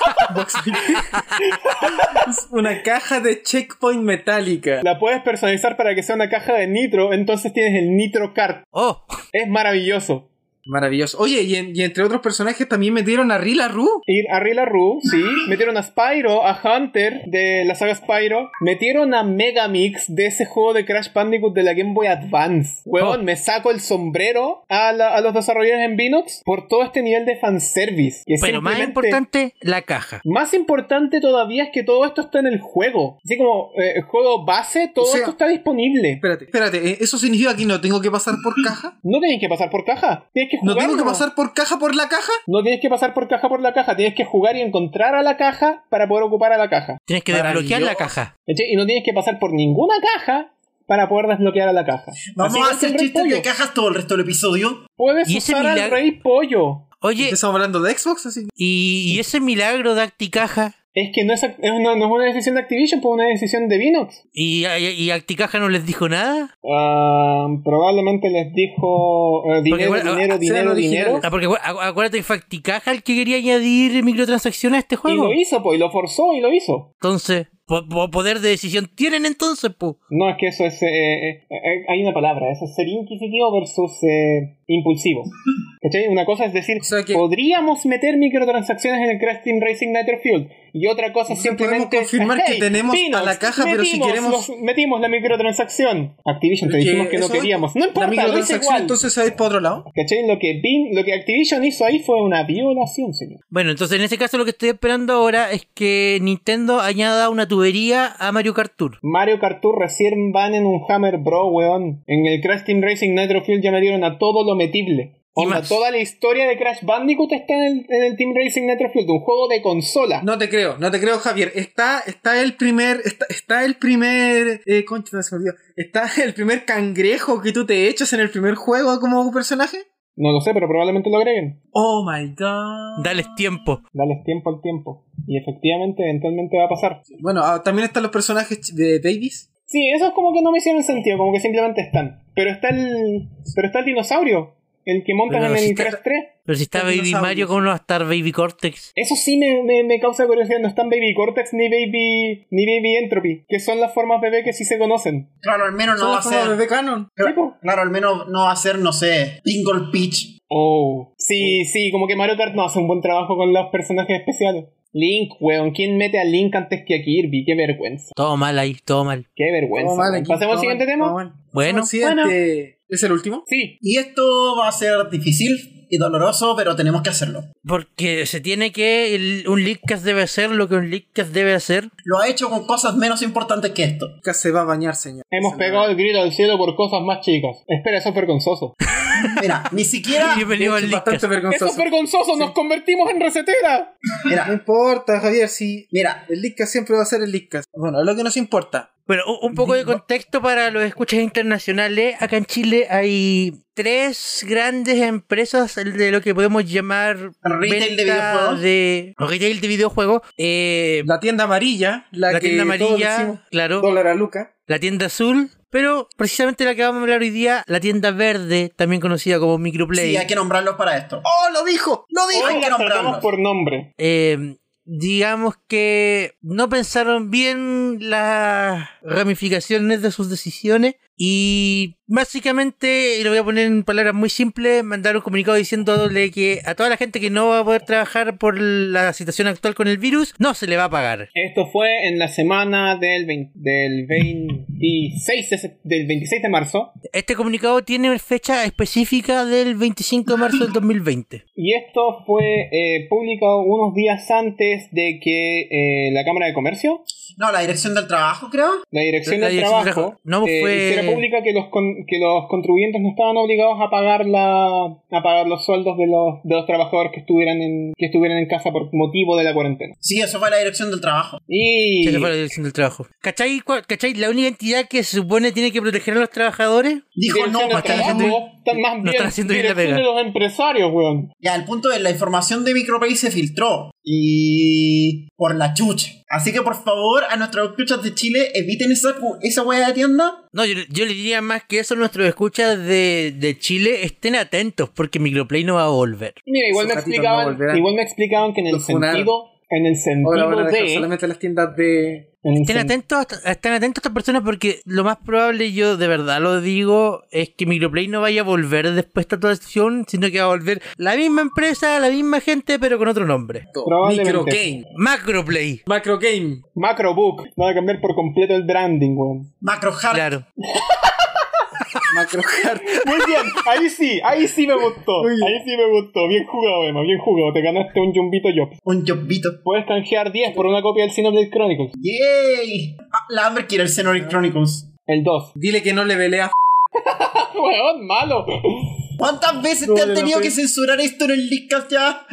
H: Es una caja de checkpoint metálica.
C: La puedes personalizar para que sea una caja de nitro, entonces tienes el nitro cart.
A: ¡Oh!
C: Es maravilloso.
H: Maravilloso. Oye, y, en- y entre otros personajes también metieron a Rila Ru.
C: Ir a Rila Ru, sí. Metieron a Spyro, a Hunter de la saga Spyro. Metieron a Megamix de ese juego de Crash Bandicoot de la Game Boy Advance.
H: Oh.
C: Weón, me saco el sombrero a, la- a los desarrolladores en Vinox por todo este nivel de fanservice. Y es
A: Pero más
C: simplemente-
A: importante, la caja.
C: Más importante todavía es que todo esto está en el juego. Así como eh, el juego base, todo
H: O sea-
C: esto está disponible.
H: Espérate, espérate, ¿eh? ¿eso significa que no tengo que pasar por caja?
C: No tienes que pasar por caja. Tienes que que
H: ¿No
C: jugar.
H: tengo que
C: ¿no?
H: pasar por caja por la caja?
C: No tienes que pasar por caja por la caja, tienes que jugar y encontrar a la caja para poder ocupar a la caja.
A: Tienes que desbloquear la caja.
C: ¿Cachai? Y no tienes que pasar por ninguna caja para poder desbloquear a la caja. Así
B: Vamos a
C: es el
B: hacer
C: rey
B: chistes
C: pollo.
B: de cajas todo el resto del episodio.
C: Puedes
A: ¿Y ese
C: usar al
A: milagro?
C: rey pollo.
A: Oye,
H: Estamos hablando de Xbox, así.
A: y, y ese milagro de Acticaja.
C: Es que no es, act- es una, no es una decisión de Activision, pues una decisión de Vinox.
A: ¿Y, y, y Acticaja no les dijo nada?
C: Ah, probablemente les dijo eh, dinero,
A: bueno,
C: dinero,
H: sean
C: dinero, dinero.
H: originales.
A: Ah, porque acu- acuérdate que fue Acticaja el que quería añadir microtransacciones a este
C: Y
A: juego.
C: lo hizo, pues, y lo forzó y lo hizo.
A: Entonces, po- po- poder de decisión tienen entonces, po.
C: No, es que eso es. eh, eh, eh, hay una palabra, eso es ser inquisitivo versus eh, impulsivo. ¿Cachai? Una cosa es decir,
H: O sea que-
C: podríamos meter microtransacciones en el Crash Team Racing Nitro Fuel. Y otra cosa es
H: No
C: simplemente.
H: podemos confirmar que tenemos a la caja, pero si
C: metimos
H: queremos-
C: los- metimos la microtransacción. Activision, te
H: Porque
C: dijimos que no
H: eso es-
C: queríamos. No importa,
H: la
C: lo hice
H: microtransacción
C: igual.
H: entonces se va a ir para otro lado.
C: ¿Cachai? Lo que, Bin- lo que Activision hizo ahí fue una violación, señor.
A: Bueno, entonces en ese caso lo que estoy esperando ahora es que Nintendo añada una tubería a Mario Kart Tour.
C: Mario Kart Tour recién van en un Hammer Bro, weón. En el Crash Team Racing Nitro Fuel ya me dieron a todo lo metible.
A: Y
C: Onda,
A: más.
C: toda la historia de Crash Bandicoot está en el, en el Team Racing Nitro Fuel, de un juego de consola.
H: No te creo, no te creo, Javier. Está, está el primer, está, está el primer, eh, concha, no se me olvidó. Está el primer cangrejo que tú te echas en el primer juego como personaje.
C: No lo sé, pero probablemente lo agreguen.
H: Oh my god.
A: Dales tiempo.
C: Dales tiempo al tiempo. Y efectivamente, eventualmente va a pasar.
H: Bueno, ah, también están los personajes ch- de Babies.
C: Sí, eso es como que no me hicieron sentido, como que simplemente están. Pero está el, pero está el dinosaurio, el que montan
A: Pero
C: en
A: si
C: el
A: está-
C: Crash 3.
A: Pero si está
H: Los
A: Baby
H: dinosaurios.
A: Mario, ¿cómo no va a estar Baby Cortex?
C: Eso sí me, me, me causa curiosidad, no están Baby Cortex ni Baby ni Baby Entropy, que son las formas bebé que sí se conocen.
B: Claro, al menos no
H: Son
B: va a
H: las formas
B: ser.
H: bebé canon.
C: Sí, po.
B: Claro, al menos no va a ser, no sé, Pingle Peach.
C: Oh. Sí, sí, como que Mario Kart no hace un buen trabajo con los personajes especiales. Link, weón, ¿quién mete a Link antes que a Kirby? Qué vergüenza,
A: Todo mal ahí, todo mal.
C: qué vergüenza.
H: Todo mal
C: weón.
H: aquí,
C: Pasemos al
H: todo
C: siguiente
H: mal,
C: tema.
H: todo mal.
A: Bueno,
H: Sí, este- ¿Es el último?
C: Sí,
B: Y esto va a ser difícil y doloroso, pero tenemos que hacerlo.
A: porque se tiene que. el- un leakcast debe hacer lo que un leakcast debe hacer.
B: Lo ha hecho con cosas menos importantes que esto.
H: Nunca se va a bañar, señor.
C: hemos
H: Se
C: pegado el grito al cielo por cosas más chicas. Espera, eso es vergonzoso.
B: Mira, ni siquiera.
A: Bienvenido
H: va-
A: al
H: Es bastante
A: leakcast.
C: ¡Eso es
H: vergonzoso.
C: vergonzoso! ¡Nos convertimos en recetera!
H: No
B: Mira,
H: importa, Javier, si
B: mira.
H: el Lickas siempre va a ser el Lickas. Bueno, es lo que nos importa.
A: Bueno, un- un poco de contexto para los escuchas internacionales. Acá en Chile hay tres grandes empresas de lo que podemos llamar
B: Retail de
A: venta
B: videojuegos.
A: de- retail de videojuegos. Eh,
H: La tienda amarilla, la,
A: la,
H: que
A: tienda
H: todos
A: amarilla,
H: decimos,
A: claro.
H: dólar a Luca.
A: La tienda azul. Pero precisamente la que vamos a hablar hoy día, la tienda verde, también conocida como Microplay.
B: Sí, hay que nombrarlos para esto.
H: ¡Oh, lo dijo! ¡Lo dijo!
B: Hay
C: Hoy
B: que
C: las tratamos
B: nombrarlos.
C: por nombre.
A: eh, digamos que no pensaron bien las ramificaciones de sus decisiones y básicamente, y lo voy a poner en palabras muy simples, mandaron un comunicado diciéndole que a toda la gente que no va a poder trabajar por la situación actual con el virus, no se le va a pagar.
C: Esto fue en la semana del, vein- del 26, de sep- del 26 de marzo.
A: Este comunicado tiene fecha específica del 25 de marzo del 2020.
C: Y esto fue eh, publicado unos días antes de que eh, la Cámara de Comercio,
B: No, la dirección del trabajo, creo.
C: la Dirección
A: La
C: del
A: Dirección del
C: Trabajo,
A: Trabajo. No,
C: eh,
A: fue-
C: hiciera pública que los, con- que los contribuyentes no estaban obligados a pagar la a pagar los sueldos de los, de los trabajadores que estuvieran en que estuvieran en casa por motivo de la cuarentena.
B: Sí, eso fue la dirección del trabajo.
C: Y
A: Esa fue la dirección del trabajo. ¿Cachai? cua- ¿Cachai? La única entidad que se supone tiene que proteger a los trabajadores
B: Dijo
C: Dirección
B: no.
H: pues,
B: pues,
C: del
A: no están
B: trabajo.
A: haciendo bien-
C: Trabajo, están más
A: no
C: bien
A: están haciendo bien la
C: dirección
A: pega.
C: de los empresarios, weón.
B: Ya, el punto es, la información de Micropay se filtró. Y... por la chucha. Así que, por favor, a nuestros escuchas de Chile, eviten esa, cu- esa hueá de tienda.
A: No, yo, yo le diría más que eso a nuestros escuchas de, de Chile, estén atentos porque Microplay no va a volver.
C: Mira, igual me
H: Esos gatitos no
C: explicaban,
H: volverán.
C: igual me explicaban que en el
H: Los funaron.
C: sentido, en el
H: Ahora
C: sentido
H: van a dejar
C: de,
H: solamente las tiendas de...
C: en el
A: Estén
C: sen-
A: atentos, estén atentos a estas personas porque lo más probable, yo de verdad lo digo, es que Microplay no vaya a volver después de esta situación, sino que va a volver la misma empresa, la misma gente, pero con otro nombre.
C: Probablemente.
H: Micro Game.
A: Macroplay.
H: Macro Game.
C: Macrobook va a cambiar por completo el branding, weón.
B: Macro Hard.
A: Claro.
H: Macro Card.
C: Muy bien, ahí sí, ahí sí me gustó.
H: Muy bien.
C: Ahí sí me gustó. Bien jugado, Emma, bien jugado. Te ganaste un Jumbito Jobs.
B: Un jobito.
C: Puedes canjear 10 por una copia del Xenoblade Chronicles.
B: ¡Yay! Ah, la Amber quiere el Xenoblade Chronicles.
C: El 2.
H: Dile que no le velea
C: Weón, malo.
B: ¿Cuántas veces
C: No,
B: te han
C: de la
B: tenido
C: fe.
B: que censurar esto en el Leadcast ya?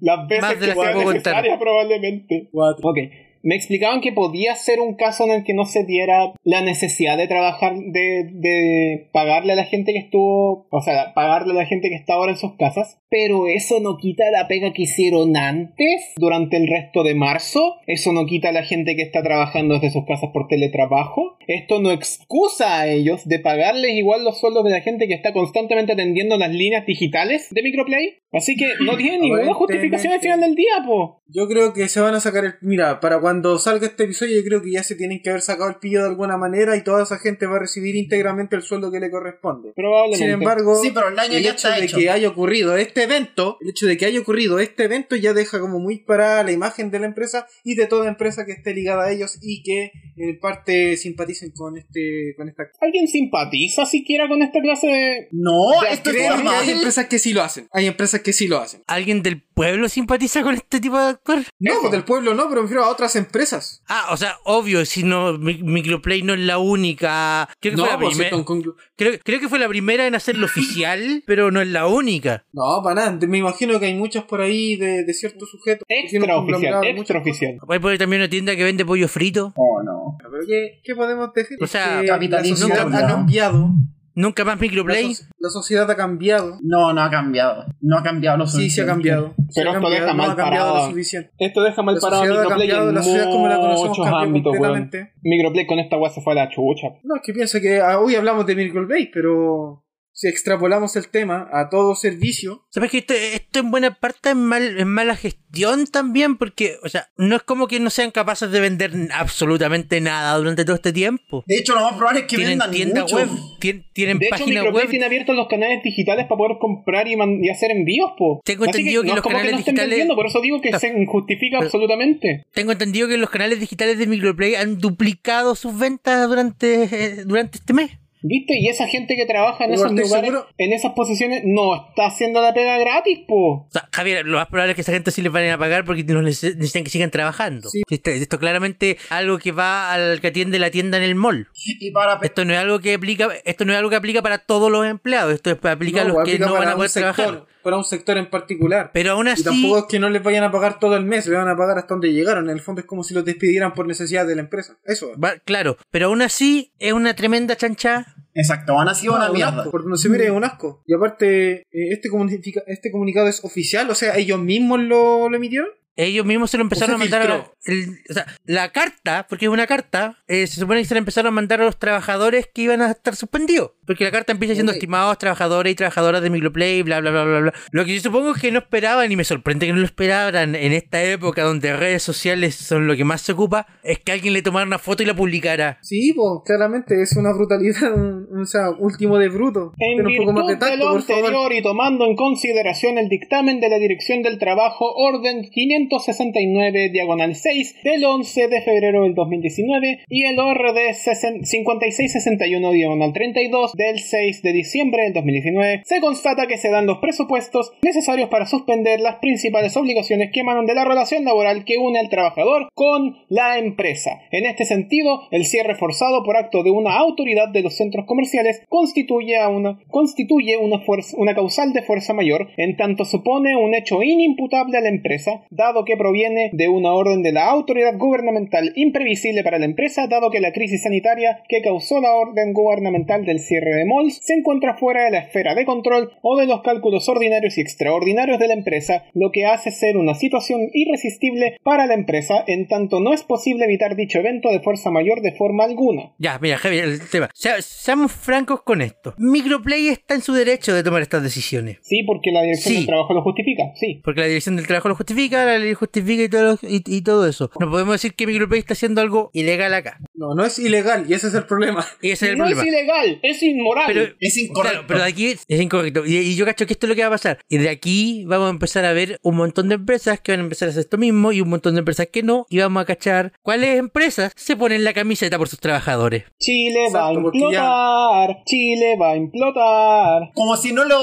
C: Las veces
A: Más de
C: que
A: las que
C: sea
A: puedo contar.
C: necesaria, probablemente. Ok. Me explicaban que podía ser un caso en el que no se diera la necesidad de trabajar, de, de pagarle a la gente que estuvo, o sea, pagarle a la gente que está ahora en sus casas, pero eso no quita la pega que hicieron antes, durante el resto de marzo, eso no quita a la gente que está trabajando desde sus casas por teletrabajo, esto no excusa a ellos de pagarles igual los sueldos de la gente que está constantemente atendiendo las líneas digitales de Microplay, así que no tiene ninguna justificación al final del día, po.
D: Yo creo que se van a sacar el. Mira, para cuando salga este episodio, yo creo que ya se tienen que haber sacado el pillo de alguna manera y toda esa gente va a recibir íntegramente el sueldo que le corresponde.
C: Probablemente.
D: Sin embargo,
B: Sí, pero el daño
D: el
B: ya
D: hecho
B: está
D: de
B: hecho.
D: que haya ocurrido este evento, el hecho de que haya ocurrido este evento ya deja como muy parada la imagen de la empresa y de toda empresa que esté ligada a ellos y que en parte simpaticen con este con esta
C: ¿Alguien simpatiza siquiera con esta clase de.?
B: No,
C: Ya,
B: esto
D: Créeme
B: está
D: que
B: mal.
D: hay empresas que sí lo hacen. Hay empresas que sí lo hacen.
A: ¿Alguien del pueblo simpatiza con este tipo de actor?
D: No, del pueblo no, pero me refiero a otras empresas.
A: Ah, o sea, obvio, si no, Mi- Microplay no es la única. Creo que,
D: No,
A: fue la
D: pues, sí,
A: primer-
D: con- con-
A: creo, creo que fue la primera en hacerlo oficial, pero no es la única.
D: No, para nada. Me imagino que hay muchas por ahí de, de ciertos sujetos. que tienen un
C: Extraoficial,
D: conglomerado de muchas
C: extraoficial.
A: Hay por ahí también una tienda que vende pollo frito.
B: Oh, no.
D: cosas. Pero ¿qué, qué podemos decir?
A: O sea,
D: Que la
B: capitalismo,
D: sociedad ha
B: ¿no?
D: cambiado.
A: Nunca más
D: La,
A: Microplay.
D: so- la sociedad ha cambiado.
B: No, no ha cambiado. No ha cambiado lo
D: Sí, se ha
B: suficiente.
D: cambiado. Se
C: Pero esto
D: ha cambiado,
C: deja
D: no
C: mal
D: ha cambiado
C: parado.
D: lo suficiente.
C: Esto deja mal
D: La
C: parado a
D: sociedad ha
C: Microplay
D: cambiado,
C: en
D: la sociedad como la conocemos
C: muchos
D: cambió
C: ámbitos, weón.
D: completamente.
C: Microplay con esta weá se fue a la chucha.
D: No, es que pienso que ah, hoy hablamos de Miracle Bay, pero si extrapolamos el tema a todo servicio,
A: Sabes que esto, esto en buena parte es, mal, es mala gestión también, porque, o sea, no es como que no sean capaces de vender absolutamente nada durante todo este tiempo.
B: De hecho, lo más probable es que
A: tienen
B: vendan
A: tienda
B: mucho.
A: web, tien- tienen
C: De hecho,
A: página
C: Microplay
A: web.
C: tiene abiertos los canales digitales para poder comprar y, man- y hacer envíos, po.
A: Tengo
C: Así
A: entendido que
C: no es
A: los
C: como que
A: canales
C: no estén
A: digitales-
C: vendiendo, por eso digo que
A: No.
C: se injustifica
A: Pero-
C: absolutamente.
A: Tengo entendido que los canales digitales de Microplay han duplicado sus ventas durante, eh, durante este mes.
C: ¿Viste? Y esa gente que trabaja en
D: Igual
C: esos
D: estoy
C: lugares,
D: seguro-
C: en esas posiciones, no está haciendo la pega gratis, po.
A: O sea, Javier, lo más probable es que esa gente sí les vayan a pagar porque nos neces- necesitan que sigan trabajando.
D: Sí.
A: Esto, esto claramente algo que va al que atiende la tienda en el mall.
B: Y para pe-
A: Esto no es algo que aplica, esto no es algo que aplica para todos los empleados, esto es para aplica a
D: no, pues,
A: los que
D: aplica
A: no van a
D: un
A: poder
D: sector,
A: trabajar.
D: para un sector en particular.
A: Pero aún
D: y
A: así,
D: tampoco es que no les vayan a pagar todo el mes, le van a pagar hasta donde llegaron. En el fondo es como si los despidieran por necesidad de la empresa. Eso. es.
A: va- claro, pero aún así es una tremenda chancha.
B: Exacto, han sido una
D: un
B: mierda.
D: asco, porque no se mire, es un asco. Y aparte, eh, este, comunica- este comunicado es oficial, o sea, ellos mismos lo, lo emitieron.
A: Ellos mismos se lo empezaron
D: O se
A: a mandar a
D: filtró.
A: el- o sea, la carta, porque es una carta, eh, se supone que se la empezaron a mandar a los trabajadores que iban a estar suspendidos. Porque la carta empieza siendo
D: Ok.
A: estimados trabajadores y trabajadoras de Microplay, bla, bla, bla, bla, bla. Lo que yo supongo es que no esperaban, y me sorprende que no lo esperaran en esta época donde redes sociales son lo que más se ocupa, es que alguien le tomara una foto y la publicara.
D: Sí, pues, claramente es una brutalidad, un, un- o sea, último de bruto.
C: En
D: Pero un poco más de
C: virtud de
D: tacto,
C: lo
D: por favor.
C: anterior y tomando en consideración el dictamen de la Dirección del Trabajo Orden 569 diagonal 6 del 11 de febrero del 2019 y el ORD 60 5661 diagonal 32 del 6 de diciembre del 2019, se constata que se dan los presupuestos necesarios para suspender las principales obligaciones que emanan de la relación laboral que une al trabajador con la empresa. En este sentido, el cierre forzado por acto de una autoridad de los centros comerciales constituye a una, constituye una, fuerza, una causal de fuerza mayor, en tanto supone un hecho inimputable a la empresa, dado que proviene de una orden de la autoridad gubernamental imprevisible para la empresa, dado que la crisis sanitaria que causó la orden gubernamental del cierre de malls se encuentra fuera de la esfera de control o de los cálculos ordinarios y extraordinarios de la empresa, lo que hace ser una situación irresistible para la empresa, en tanto no es posible evitar dicho evento de fuerza mayor de forma alguna.
A: Ya, mira, Javier, el tema. Se- seamos francos con esto. Microplay está en su derecho de tomar estas decisiones.
C: Sí, porque la dirección
A: Sí.
C: del trabajo lo justifica, sí.
A: Porque la dirección del trabajo lo justifica, la ley justifica y todo, lo- y, y todo eso. No podemos decir que Microplay está haciendo algo ilegal acá.
D: No, no es ilegal, y ese es el problema.
A: Y ese es el
C: no
A: problema.
C: es ilegal, es inmoral.
A: pero,
B: Es
A: claro,
B: incorrecto.
A: pero de aquí es, es incorrecto. Y, y yo cacho que esto es lo que va a pasar. Y de aquí vamos a empezar a ver un montón de empresas que van a empezar a hacer esto mismo y un montón de empresas que no. Y vamos a cachar cuáles empresas se ponen la camiseta por sus trabajadores.
C: Chile va a
D: Exacto, porque ya-
C: implotar, Chile va a implotar.
B: Como si no lo,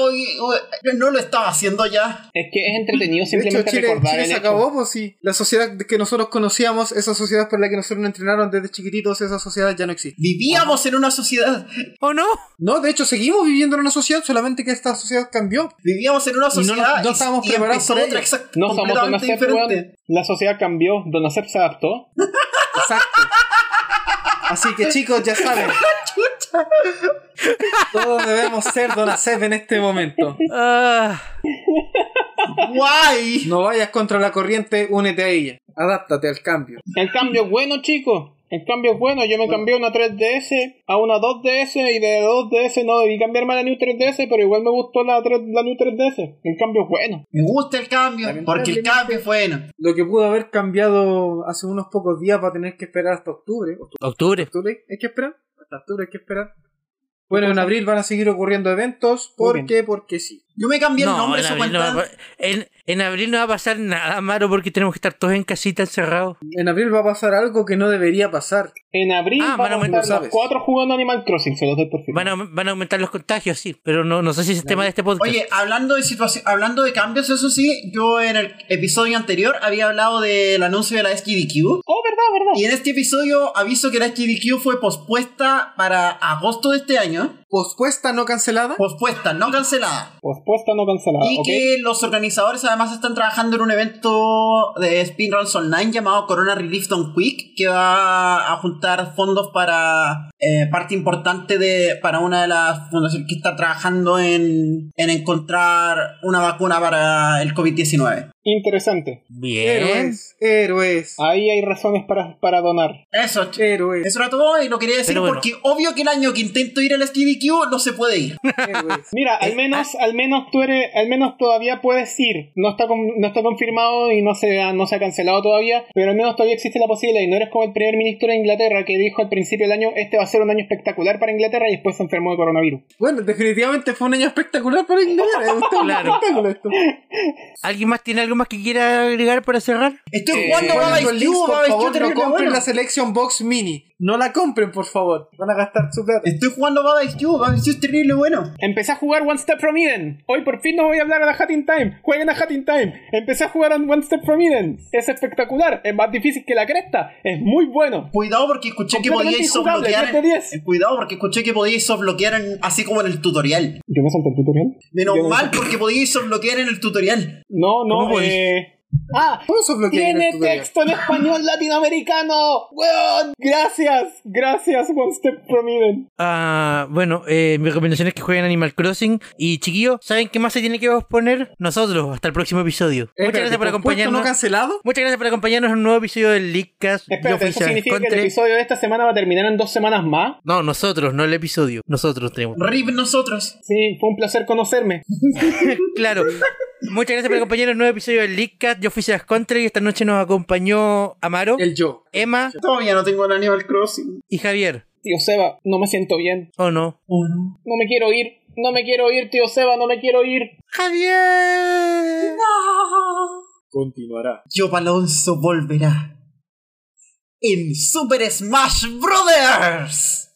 B: no lo estaba haciendo ya.
C: Es que es entretenido
D: De hecho,
C: simplemente
D: Chile,
C: recordar
D: Chile
C: el
D: se
C: hecho.
D: acabó, pues sí. La sociedad que nosotros conocíamos, esa sociedad por la que nosotros nos entrenaron desde malditos, esa sociedad ya no existe.
B: Vivíamos en una sociedad.
A: ¿O no?
D: No, de hecho, seguimos viviendo en una sociedad, solamente que esta sociedad cambió.
B: Vivíamos en una
D: no nos-
B: sociedad.
D: no estábamos
B: y- y
D: preparados
B: empezó
D: para
B: otra
D: ello.
B: exact-
C: No somos
B: completamente
C: Donacep,
B: diferente.
C: weón. La sociedad cambió, Donacep se adaptó.
D: Exacto. Así que chicos, ya saben. Todos debemos ser Donacep en este momento.
A: Ah,
B: Guay.
D: No vayas contra la corriente, únete a ella. Adáptate al cambio.
C: El cambio es bueno, chicos. El cambio es bueno. Yo me cambié una 3DS a una 2DS y de 2DS no debí cambiarme a la New 3DS, pero igual me gustó la, 3 la New 3DS. El cambio es bueno.
B: Me gusta el cambio, porque el cambio es bueno.
D: Lo que pudo haber cambiado hace unos pocos días va a tener que esperar hasta octubre. ¿Octubre?
A: octubre.
D: octubre hay que esperar? Hasta octubre hay que esperar. Bueno, en abril van a seguir ocurriendo eventos. ¿Por
C: Muy
D: qué? Porque sí.
B: Yo me cambié el nombre,
A: en
B: eso
A: abril, no va
B: cuenta.
A: a, pa- en, en abril no va a pasar nada malo porque tenemos que estar todos en casita encerrados.
D: En abril va a pasar algo que no debería pasar.
C: En abril
A: Ah,
C: van
A: bueno,
C: a
A: bueno,
C: estar los
D: sabes.
C: cuatro jugando Animal Crossing, se los doy por fin.
A: Van a, van a aumentar los contagios, sí, pero no, no sé si es el tema de este podcast.
B: Oye, hablando de situación, hablando de cambios, eso sí, yo en el episodio anterior había hablado del anuncio de la SKDQ.
C: Oh, verdad, verdad.
B: Y en este episodio aviso que la SKDQ fue pospuesta para agosto de este año.
D: Pospuesta, no cancelada.
B: Pospuesta, no cancelada.
C: Respuesta no
A: Ah,
C: cancelada,
B: Y
C: ¿ok?
B: que los organizadores además están trabajando en un evento de Spinruns Online llamado Corona Relief Done Quick, que va a juntar fondos para eh, parte importante de para una de las fundaciones que está trabajando en, en encontrar una vacuna para el COVID-19.
C: Interesante.
A: Bien.
D: Héroes, héroes,
C: Ahí hay razones para, para donar.
B: Eso, ch-
D: héroes,
B: eso era todo y lo quería decir
A: Pero bueno.
B: porque obvio que el año que intento ir al STDQ no se puede ir.
D: héroes.
C: Mira, al menos, al menos tú eres, al menos todavía puedes ir. No está, con- no está confirmado y no se, ha, no se ha cancelado todavía, pero al menos todavía existe la posibilidad. Y no eres como el primer ministro de Inglaterra que dijo al principio del año, este va a ser un año espectacular para Inglaterra y después se enfermó de coronavirus.
D: Bueno, definitivamente fue un año espectacular para Inglaterra. Es un
A: Claro.
D: espectáculo esto.
A: ¿Alguien más tiene algo más que quiera agregar para cerrar?
B: Estoy
D: Eh,
B: jugando a
D: bueno,
B: Babel
D: los links,
B: Q,
D: por
B: Babel Q
D: favor, no
B: terrible
D: compren
B: bueno.
D: la Selection Box Mini. No la compren, por favor. Van a gastar su plata.
B: Estoy jugando a Babel Q, Babel Q es terrible bueno.
C: Empecé a jugar One Step From Eden. Hoy por fin no voy a hablar a la Hat in Time. Jueguen a Hat in Time. Empecé a jugar a One Step From Eden. Es espectacular. Es más difícil que la cresta. Es muy bueno.
B: Cuidado porque escuché que
C: Completamente
B: podíais
C: injugable,
B: sobloquear.
C: 10 de 10.
B: Cuidado porque escuché que podíais sobloquear en- así como en el tutorial.
C: ¿Yo me salté el tutorial?
B: Menos
C: Yo no-
B: mal porque podíais sobloquear en el tutorial.
C: No, no,
A: ¿Cómo
C: eh... Ah,
D: ¿Cómo sos bloquear en el
C: tiene
D: tutorial?
C: texto en español latinoamericano. Weón, gracias, gracias One Step From Eden.
A: Ah, bueno, eh, mi recomendación es que jueguen Animal Crossing. Y chiquillos, ¿saben qué más se tiene que posponer? Nosotros, hasta el próximo episodio.
D: Eh,
A: Muchas gracias por
D: espérate, ¿pospuesto
A: acompañarnos.
D: ¿No cancelado?
A: Muchas gracias por acompañarnos en un nuevo episodio del Leakcast. Yo
C: Espérate,
A: fui
C: ¿eso
A: Sean
C: significa que el
A: Contre.
C: episodio de esta semana va a terminar en dos semanas más?
A: No, nosotros, no el episodio. Nosotros tenemos.
B: Rip nosotros.
C: Sí, fue un placer conocerme.
A: claro. Muchas gracias por acompañarnos en un nuevo episodio del Leakcast. Yo fui Sean Contre y esta noche nos acompañó Amaro,
D: El yo.
A: Emma
B: Todavía no tengo el Animal Crossing.
A: y Javier.
C: Tío Seba, no me siento bien.
A: ¿O no?
B: Oh,
C: No me quiero ir. No me quiero ir, tío Seba, no me quiero ir.
A: ¡Javier!
D: Continuará.
B: Yo Alonso volverá. En Super Smash Brothers.